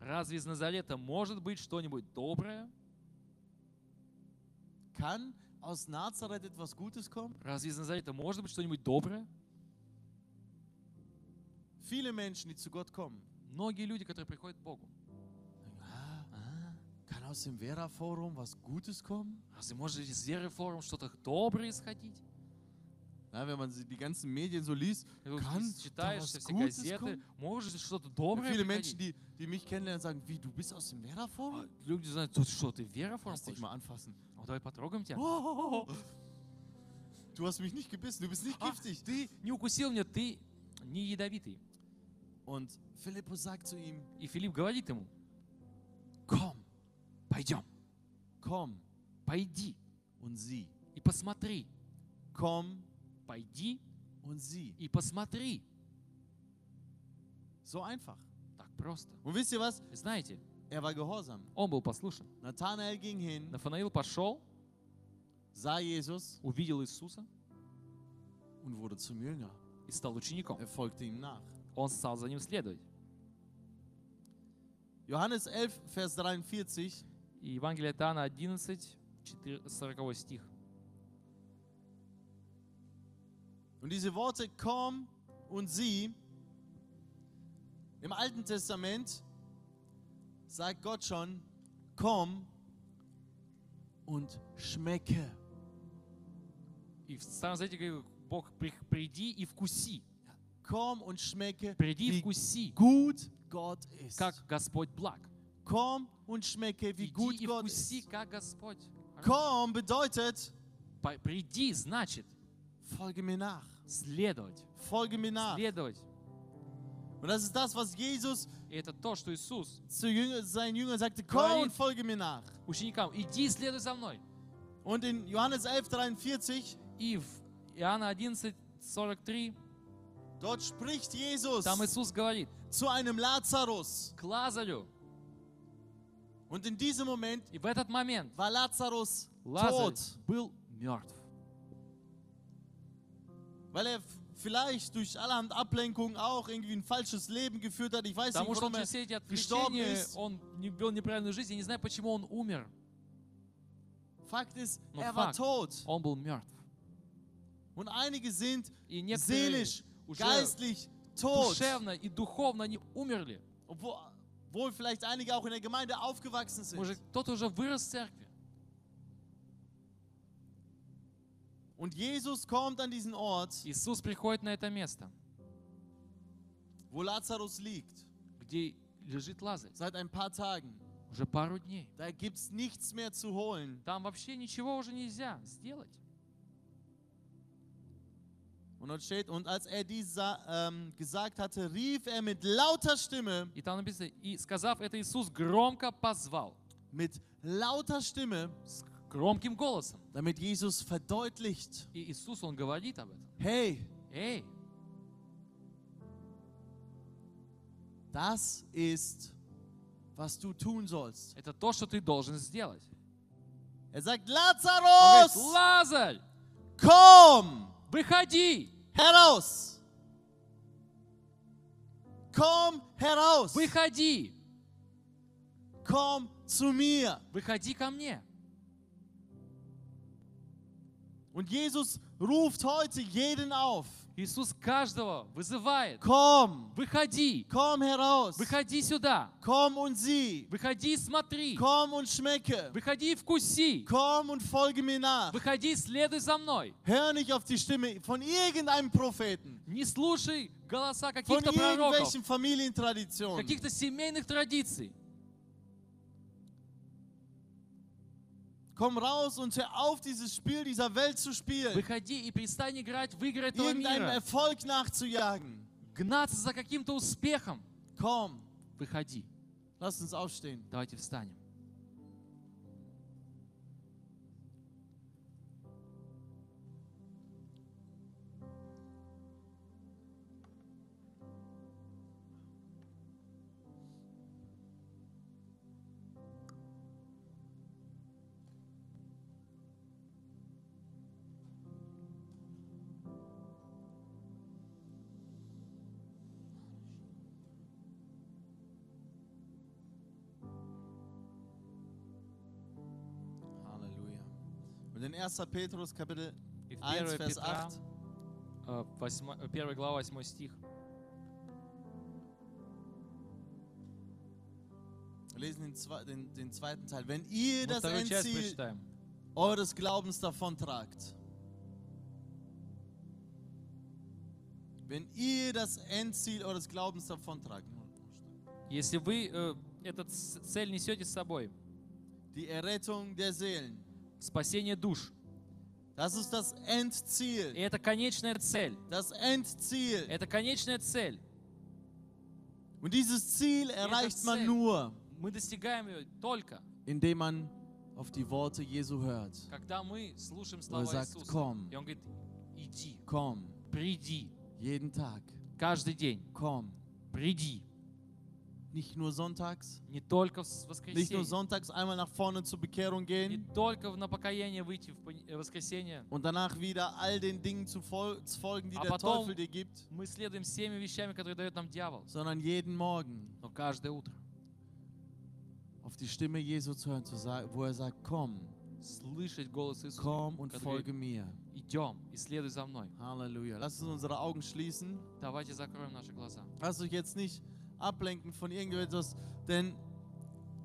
Разве из Назарета может быть что-нибудь доброе? Kann aus Nazareth etwas Gutes kommen? Разве из Назарета может быть что-нибудь доброе? Viele Menschen, die zu Gott kommen, Многие люди, которые приходят к Богу. denken, ah, kann aus dem Vera-Forum was Gutes kommen? Разве может из веры форум что-то доброе исходить? Na, wenn man sie- die ganzen Medien so liest, Ты вот kann da читаешь was все Gutes газеты, kommen? может ли что-то Und доброе viele Menschen, приходить? die, die mich kennenlernen, sagen, wie, du bist aus dem А, Vera-Forum? Люди знают, тут что, ты вера форум Lass dich хочешь? mal anfassen. Ну, давай потрогаем тебя. Oh, Du hast mich nicht gebissen, du bist nicht Ah, giftig. Ты не укусил меня, ты не ядовитый. Und Philippus sagt zu ihm, И Филипп говорит ему, komm, пойдем, komm пойди und sieh. и посмотри. Komm Пойди und sieh. и посмотри. So einfach. Так просто. Und wisst ihr was? И Знаете, Er war gehorsam. он был послушен. Nathanael ging hin, Нафанаил пошел, sah Jesus увидел Иисуса und wurde zum Jünger. и стал учеником. Er folgte ihm nach. Он стал за ним следовать. Johannes 11, Vers 43. И Евангелие от Иоанна 11, 4 40 стих. Und diese Worte komm und sieh. Im Alten Testament sagt Gott schon, komm und schmecke. И в Старом Завете говорит, Бог, «При- приди и вкуси. Komm und schmecke, Приди и wie вкуси, gut Gott ist. как Господь благ. Komm und schmecke, wie gut Иди и Gott вкуси, ist. как Господь. хорош». Komm bedeutet, По- Приди, значит, folge mir nach. следовать. Folge mir nach. Следовать. Und das ist das, was Jesus И это то, что Иисус zu Jünger, seinen Jüngern sagte, komm und folge mir nach. ученикам, иди, следуй за мной. Und in Johannes 11, 43, И в Иоанна 11, 43, dort spricht Jesus там Иисус говорит, zu einem Lazarus. к Лазарю. Und in diesem Moment И в этот момент war Lazarus Лазарь tot, был мертв. weil er f- vielleicht durch allerhand Ablenkungen auch irgendwie ein falsches Leben geführt hat. Ich weiß nicht, Потому что warum er, через все эти gestorben отвлечения ist. он не вел неправильную жизнь. Я не знаю, почему он умер. Fakt ist, No, er war Fakt. Oh. tot. Он был мертв. Und einige sind И некоторые seelisch, уже geistlich tot, душевно и духовно они умерли. obwohl obwohl vielleicht einige auch in der Gemeinde aufgewachsen Может, sind. кто-то уже вырос в церкви. Und Jesus kommt an diesen Ort, Иисус приходит на это место, wo Lazarus liegt, где лежит Лазарь seit ein paar Tagen. уже пару дней. Da gibt es nichts mehr zu holen. Там вообще ничего уже нельзя сделать. Und dort steht, und als er dies sa- ähm, gesagt hatte, rief er mit lauter Stimme, И там написано, и сказав это, Иисус громко позвал, mit lauter Stimme, с громким голосом. damit Jesus verdeutlicht, И Иисус, Он говорит об этом. hey, Эй, das ist, was du tun sollst. это то, что ты должен сделать. Er sagt, Он говорит, Lazarus, Лазарь, komm выходи, heraus. Komm heraus. выходи, Komm zu mir. выходи ко мне. Und Jesus ruft heute jeden auf. Иисус каждого вызывает. Komm, Выходи, komm heraus, выходи сюда, komm und sieh, выходи и смотри, komm und schmecke, выходи и вкуси, komm und folge mir nach. выходи и следуй за мной. Hör nicht auf die Stimme von irgendeinem Propheten, Не слушай голоса von каких-то пророков, irgendwelchen Familientraditionen. каких-то семейных традиций. Komm raus und hör auf, dieses Spiel dieser Welt zu spielen, Выходи и перестань играть в игры этого irgendeinem мира. Erfolg nachzujagen. Гнаться за каким-то успехом. Komm, Выходи. lass uns aufstehen. Давайте встанем. Halleluja. Und in 1. Petrus Kapitel И в 1, 1 Vers Петра, 8. э, восьмо- э, 1 глава, 8 стих. Wir lesen den, zwe- den, den zweiten Teil. Wenn ihr Мы das вторую часть Endziel прочитаем. eures Glaubens davontragt, wenn ihr das Endziel eures Glaubens davontragt, Если вы э, этот с- цель несете с собой, die Errettung der Seelen, спасение душ, das ist das и Endziel. это конечная цель, Das Endziel. это конечная цель. Und dieses Ziel erreicht man Ziel. nur, Мы достигаем ее только, indem man auf die Worte Jesu hört. когда мы слушаем Er слова sagt, Иисуса. komm, И Он говорит, иди, komm, приди, jeden Tag, каждый день, komm. приди. Nicht nur sonntags, Не только в с- nicht nur воскресенье, sonntags einmal nach vorne zur Bekehrung не gehen только в- на покаяние выйти в пон- э, воскресенье. und danach wieder all den Dingen zu, fol zu folgen, die Aber der Tom- Teufel dir gibt, Мы следуем всеми вещами, которые дает нам дьявол. sondern jeden Morgen Но каждое утро auf die Stimme Jesu zu hören, zu sagen, wo er sagt, komm, слышать голос Иисуса. komm und который folge mir. говорит, Идем и следуй за мной. Halleluja. Lass uns unsere Augen schließen. Давайте закроем наши глаза. Lass euch jetzt nicht ablenken von irgendetwas, denn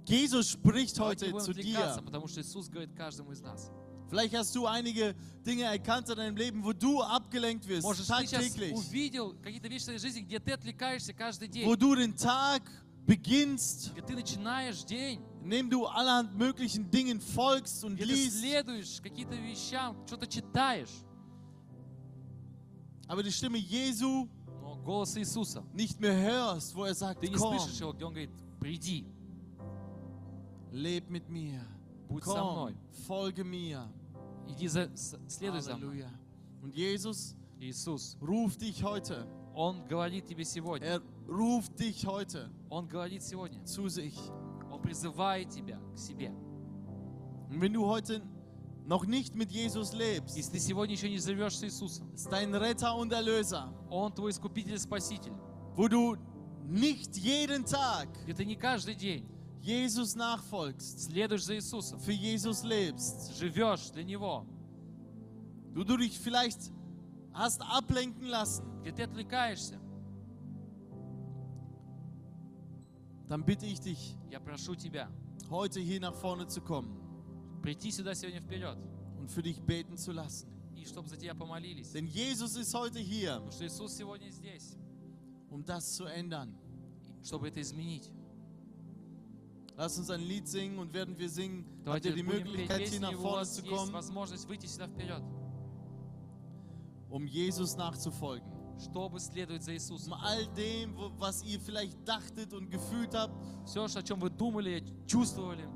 Jesus spricht heute Давайте не zu будем отвлекаться, dir. потому что Иисус говорит каждому из нас. Vielleicht hast du einige Dinge erkannt in deinem Leben, wo du abgelenkt Может, wirst, ты сейчас tagtäglich. увидел какие-то вещи в своей жизни, где ты отвлекаешься каждый wo день, du den Tag beginnst, где ты начинаешь день, indem du allerhand möglichen Dingen folgst und где ты liest, следуешь каким-то вещам, что-то читаешь, aber die Stimme Jesu но голос Иисуса, nicht mehr hörst, wo er sagt, ты не komm, слышишь его, где он говорит, приди, leb mit mir, будь со мной, komm, folge mir. иди за, с- следуй за мной. Halleluja. Und Jesus Иисус, ruft dich heute, Он говорит тебе сегодня, er ruft dich heute Он говорит сегодня, zu sich. Он призывает тебя к себе. Und wenn du heute noch nicht mit Jesus lebst, Если ты сегодня еще не живешь с Иисусом, ist dein Retter und Erlöser, Он твой Искупитель и Спаситель, wo du nicht jeden Tag где ты не каждый день Jesus nachfolgst, следуешь за Иисусом, für Jesus lebst, живешь для Него, du, du dich vielleicht hast ablenken lassen, где ты отвлекаешься, dann bitte ich dich, я прошу тебя, heute hier nach vorne zu kommen прийти сюда сегодня вперед, und für dich beten zu lassen. и чтобы за тебя помолились. Denn Jesus ist heute hier, Потому что Иисус сегодня здесь, um das zu ändern. чтобы это изменить. Lass uns ein Lied singen und während wir singen, habt Давайте ihr die будем петь Möglichkeit, hier песни, nach и у vorne вас zu есть kommen, возможность выйти сюда вперед, um Jesus nachzufolgen. чтобы следовать за Um Иисусом. all dem, wo, was ihr vielleicht dachtet und gefühlt habt, Все, о чем вы думали, чувствовали,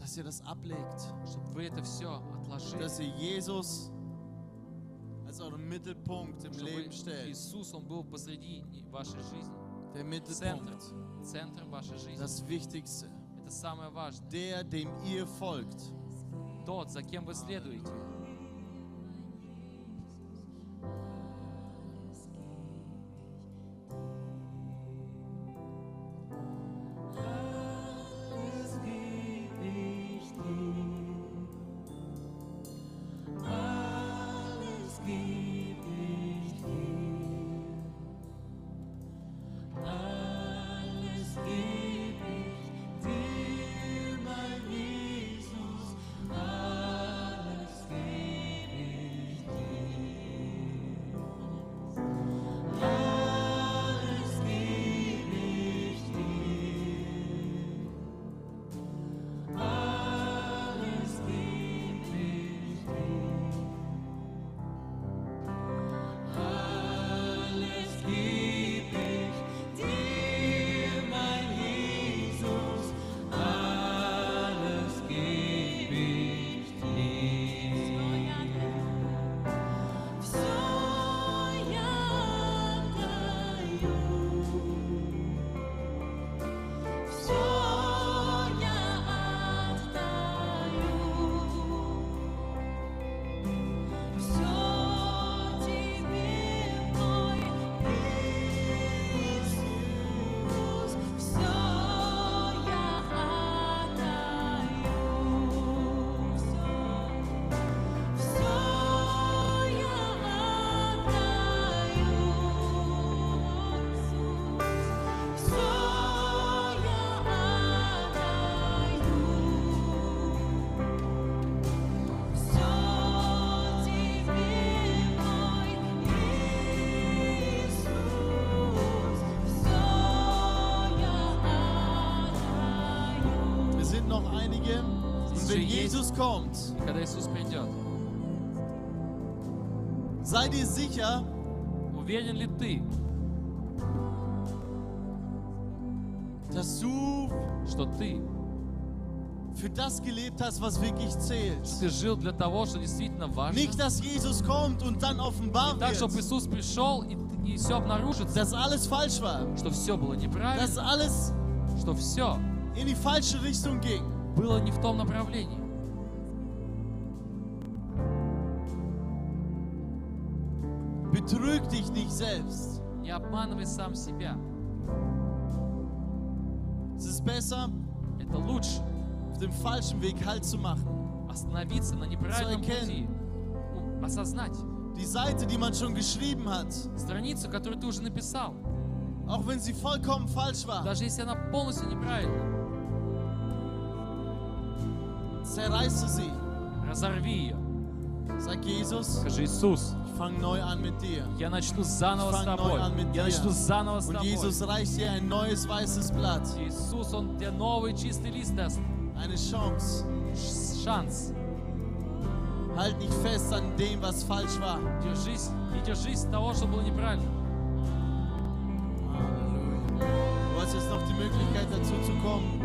dass ihr das ablegt. чтобы вы это все отложили. Dass ihr Jesus als euren Mittelpunkt im Чтобы Leben stellt. Иисус, Он был посреди вашей жизни, Der центром, Mittelpunkt. центром вашей жизни. Das Wichtigste. Это самое важное. der, dem ihr folgt. Тот, за кем вы следуете. Alles einige. Und wenn Jesus kommt, Когда Иисус придет, sei dir sicher, уверен ли ты, dass du что ты, für das gelebt hast, was wirklich zählt. ты жил для того, что действительно важно? Nicht, Не dass Jesus kommt und dann offenbar так, чтобы wird, Иисус пришел и, и все обнаружится, dass alles falsch war, что все было dass неправильно, alles что все in die falsche Richtung ging. было не в том направлении. Betrüg dich nicht selbst. Не обманывай сам себя. Es ist besser, Это лучше auf dem falschen Weg Halt zu machen. остановиться на неправильном It's okay. пути, У- осознать Die Seite, die man schon geschrieben hat, страницу, которую ты уже написал, auch wenn sie vollkommen falsch war, даже если она полностью неправильна, zerreiße sie. разорви ее. Sag Jesus, Скажи, Иисус, ich fange neu an mit dir. я начну заново с тобой. Я начну заново с Und тобой. Jesus reicht dir ein neues weißes Blatt, Иисус, Он тебе новый чистый лист даст. eine Chance. Ш- Шанс. Halt nicht fest an dem, was falsch war. Держись. Не держись того, что было неправильно. Halleluja. Du hast jetzt noch die Möglichkeit, dazu zu kommen.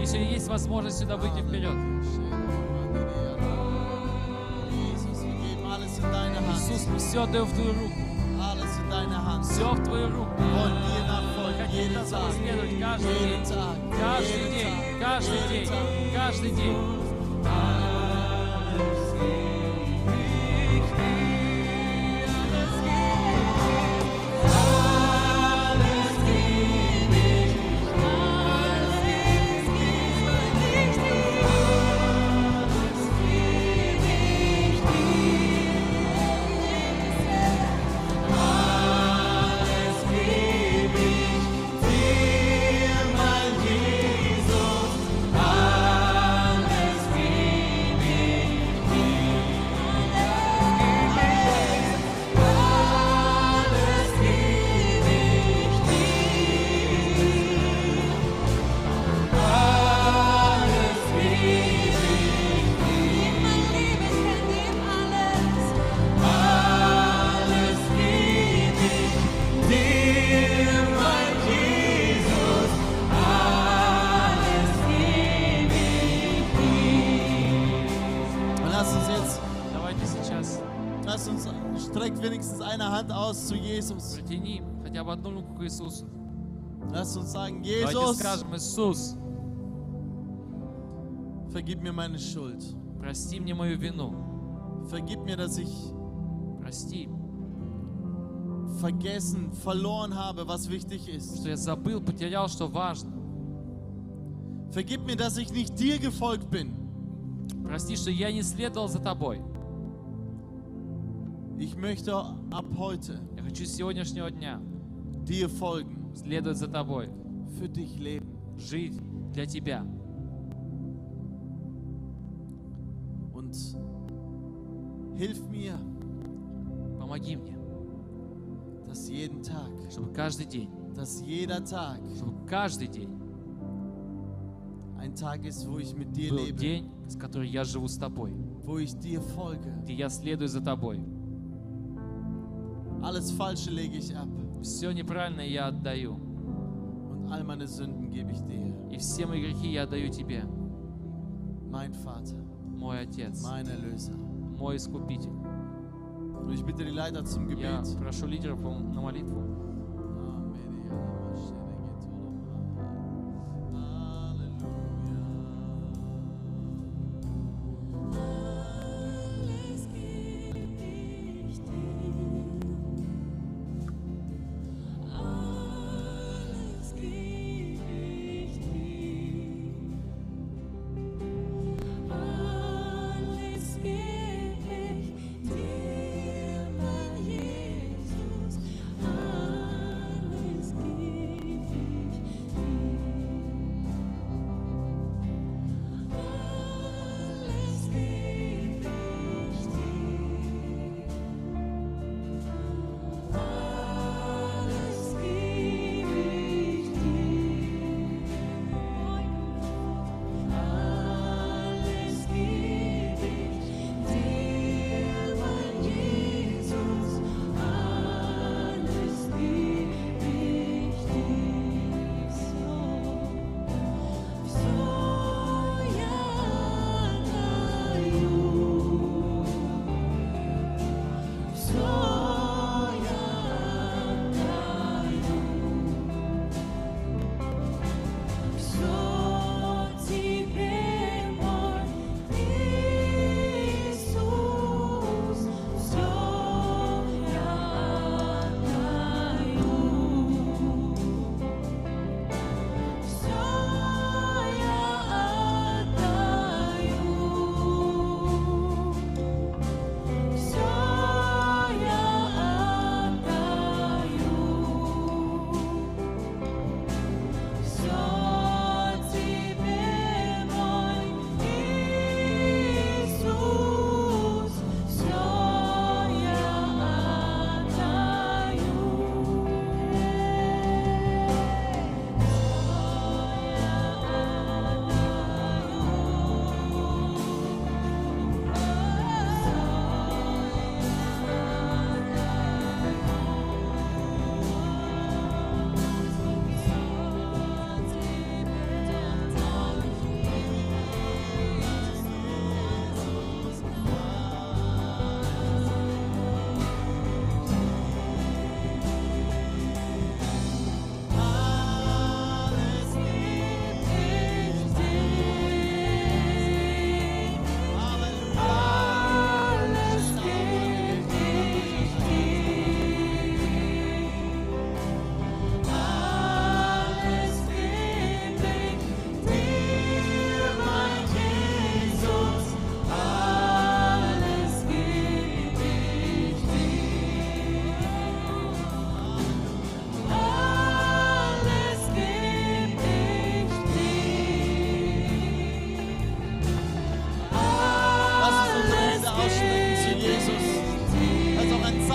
Если есть возможность сюда выйти вперед. Jesus, wir geben alles in deine Иисус, Hand. мы все отдаем в Твою руку. Alles in deine Hand. Все в Твою руку. Wir wollen dir nachfolgen, Хотим jeden нас Tag. следовать каждый день. Jeden Tag. Каждый jeden день. Tag, Каждый jeden день. Tag. Каждый день. Und lass uns jetzt, Давайте сейчас lass uns, streck wenigstens eine Hand aus zu Jesus. протяни хотя бы одну руку к Иисусу. Lass uns sagen, Давайте Jesus, скажем, Иисус, vergib mir meine Schuld. прости мне мою вину. Vergib mir, dass ich Прости, vergessen, verloren habe, was wichtig ist. что я забыл, потерял, что важно. Vergib mir, dass ich nicht dir gefolgt bin. Прости, что я не следовал за тобой. Ich möchte ab heute Я хочу с сегодняшнего дня dir folgen, следовать за тобой, für dich leben жить для тебя und hilf mir, Помоги мне, dass jeden Tag, чтобы каждый день, dass jeder Tag чтобы каждый день ein Tag ist, wo ich mit dir был lebe, день, с которым я живу с тобой, wo ich dir folge. где я следую за тобой. Alles Falsche lege ich ab Все неправильное я отдаю, und all meine Sünden gebe ich dir. и все мои грехи я отдаю тебе, Mein Vater, мой Отец, mein Erlöser. мой Искупитель. Und ich bitte die Leiter zum Я Gebet. прошу лидеров на молитву. Alles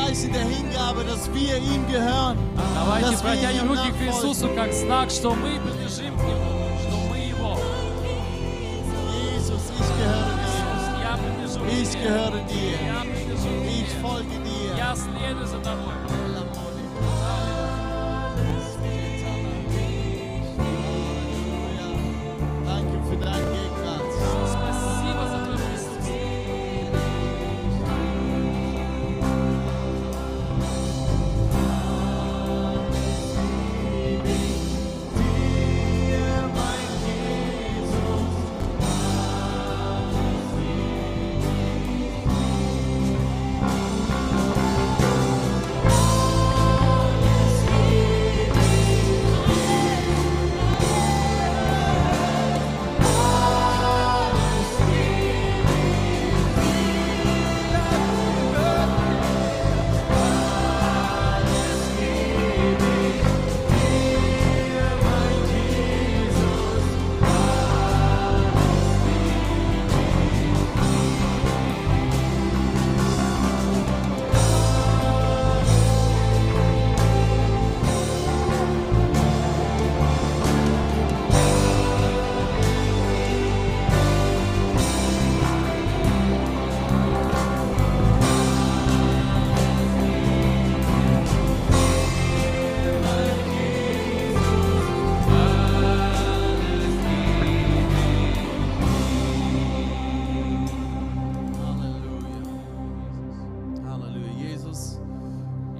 uns in der Hingabe, dass wir ihm gehören. Давайте dass wir протянем ihm руки к nachfolgen. Иисусу как знак, что мы принадлежим к Нему, что мы Его. Jesus, ich gehöre Иисус, я принадлежу dir. Ich Тебе. gehöre dir. Я принадлежу Ich Тебе. folge dir. Я следую за Тобой. Danke für deine Gegenwart. Спасибо за Твое присутствие. Halleluja. Halleluja. Jesus,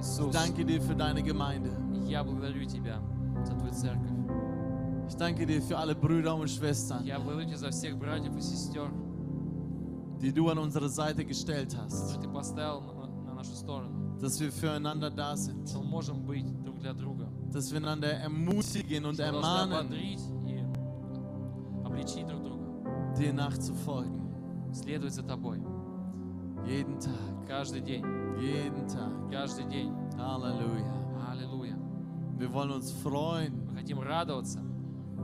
ich Иисус, danke dir für deine Gemeinde. я благодарю Тебя за Твою церковь. Ich danke dir für alle Brüder und Schwestern, Я благодарю Тебя за всех братьев и сестер, die du an unsere Seite gestellt hast, которые Ты поставил на, на нашу сторону. dass wir füreinander da sind, Что мы можем быть друг для друга. dass wir einander ermutigen und Что мы должны ermahnen, ободрить и обличить друг друга. dir nachzufolgen. Следовать за Тобой. Jeden Tag, Каждый день. jeden Tag. Каждый день. Halleluja. Аллилуйя. Wir wollen uns freuen, Мы хотим радоваться,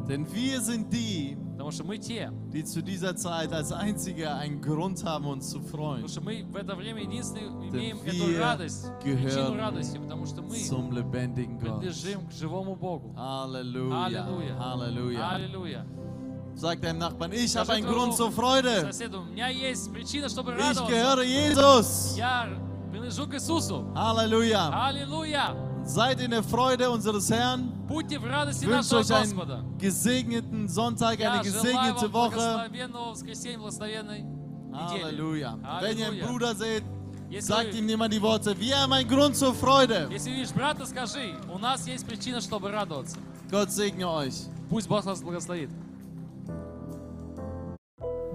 denn wir sind die, потому что мы те, die zu dieser Zeit als Einzige einen Grund haben, uns zu freuen. потому что мы в это время единственные имеем эту wir радость, причину gehören радости, потому что мы Zum lebendigen Gott. принадлежим к живому Богу. Halleluja. Halleluja. Halleluja. Аллилуйя. Sag deinem Nachbarn, ich habe Скажи einen твоему Grund zur Freude. Соседу, у меня Э. есть причина, чтобы Ich радоваться. gehöre Jesus. Я принадлежу к Иисусу. Halleluja. Аллилуйя. Seid in der Freude unseres Herrn. Будьте в радости Ich wünsche нашего euch Господа. einen gesegneten Sonntag, eine Я желаю вам gesegnete Woche. благословенного воскресенья, благословенной недели. Halleluja. Wenn ihr einen Halleluja. Bruder seht, Если sagt вы- ihm jemand die Worte. Wir haben einen Grund zur Freude. если видишь брата, скажи, у нас есть причина, чтобы радоваться. Gott segne euch. Пусть Бог вас благословит.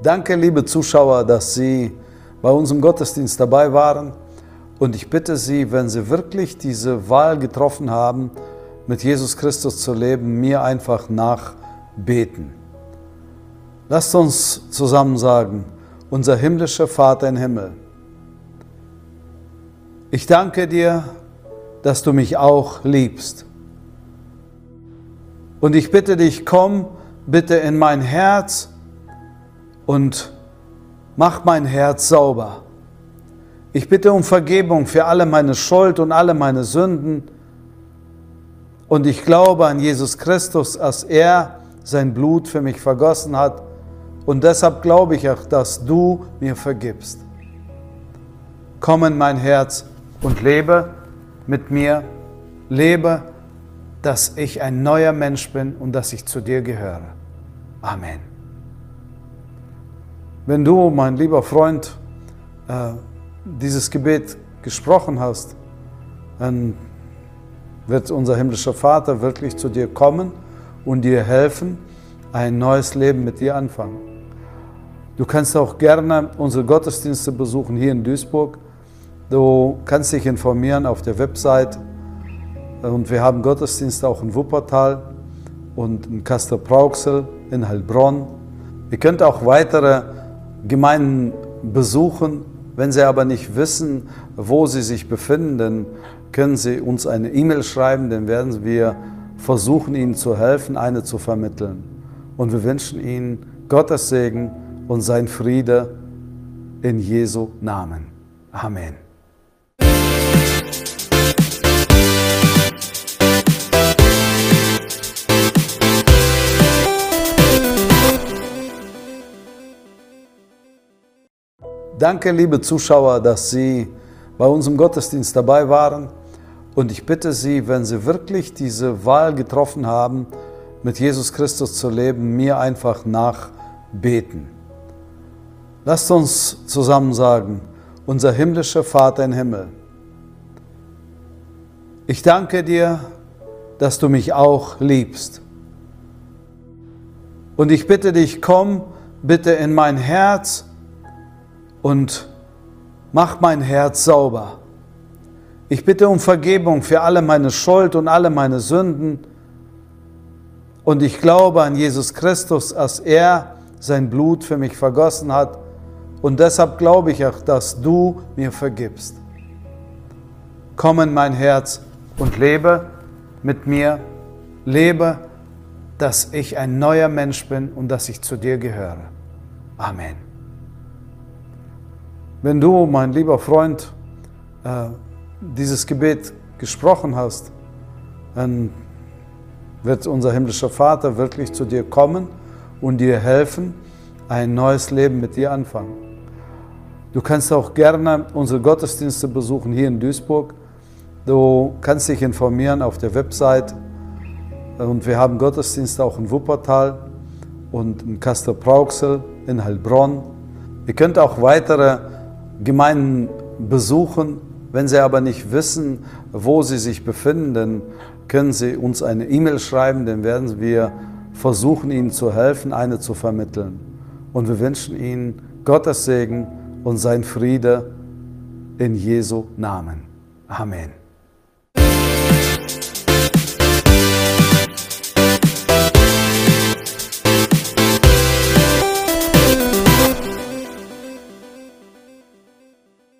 Danke, liebe Zuschauer, dass Sie bei unserem Gottesdienst dabei waren. Und ich bitte Sie, wenn Sie wirklich diese Wahl getroffen haben, mit Jesus Christus zu leben, mir einfach nachbeten. Lasst uns zusammen sagen, unser himmlischer Vater im Himmel, ich danke dir, dass du mich auch liebst. Und ich bitte dich, komm bitte in mein Herz und mach mein Herz sauber. Ich bitte um Vergebung für alle meine Schuld und alle meine Sünden. Und ich glaube an Jesus Christus, als er sein Blut für mich vergossen hat. Und deshalb glaube ich auch, dass du mir vergibst. Komm in mein Herz und lebe mit mir. Lebe, dass ich ein neuer Mensch bin und dass ich zu dir gehöre. Amen. Wenn du, mein lieber Freund, äh, dieses Gebet gesprochen hast, dann wird unser himmlischer Vater wirklich zu dir kommen und dir helfen, ein neues Leben mit dir anfangen. Du kannst auch gerne unsere Gottesdienste besuchen hier in Duisburg. Du kannst dich informieren auf der Website. Und wir haben Gottesdienste auch in Wuppertal und in Kastor-Brauxel, in Heilbronn. Ihr könnt auch weitere Gemeinden besuchen. Wenn Sie aber nicht wissen, wo Sie sich befinden, dann können Sie uns eine E-Mail schreiben, dann werden wir versuchen, Ihnen zu helfen, eine zu vermitteln. Und wir wünschen Ihnen Gottes Segen und sein Friede in Jesu Namen. Amen. Danke, liebe Zuschauer, dass Sie bei uns im Gottesdienst dabei waren. Und ich bitte Sie, wenn Sie wirklich diese Wahl getroffen haben, mit Jesus Christus zu leben, mir einfach nachbeten. Lasst uns zusammen sagen, unser himmlischer Vater im Himmel, ich danke dir, dass du mich auch liebst. Und ich bitte dich, komm bitte in mein Herz und mach mein Herz sauber. Ich bitte um Vergebung für alle meine Schuld und alle meine Sünden. Und ich glaube an Jesus Christus, als er sein Blut für mich vergossen hat. Und deshalb glaube ich auch, dass du mir vergibst. Komm in mein Herz und lebe mit mir. Lebe, dass ich ein neuer Mensch bin und dass ich zu dir gehöre. Amen. Wenn du, mein lieber Freund, äh, dieses Gebet gesprochen hast, dann wird unser himmlischer Vater wirklich zu dir kommen und dir helfen, ein neues Leben mit dir anfangen. Du kannst auch gerne unsere Gottesdienste besuchen hier in Duisburg. Du kannst dich informieren auf der Website. Und wir haben Gottesdienste auch in Wuppertal und in Kastor-Brauxel, in Heilbronn. Ihr könnt auch weitere Gemeinden besuchen. Wenn Sie aber nicht wissen, wo Sie sich befinden, dann können Sie uns eine E-Mail schreiben, dann werden wir versuchen, Ihnen zu helfen, eine zu vermitteln. Und wir wünschen Ihnen Gottes Segen und sein Friede in Jesu Namen. Amen.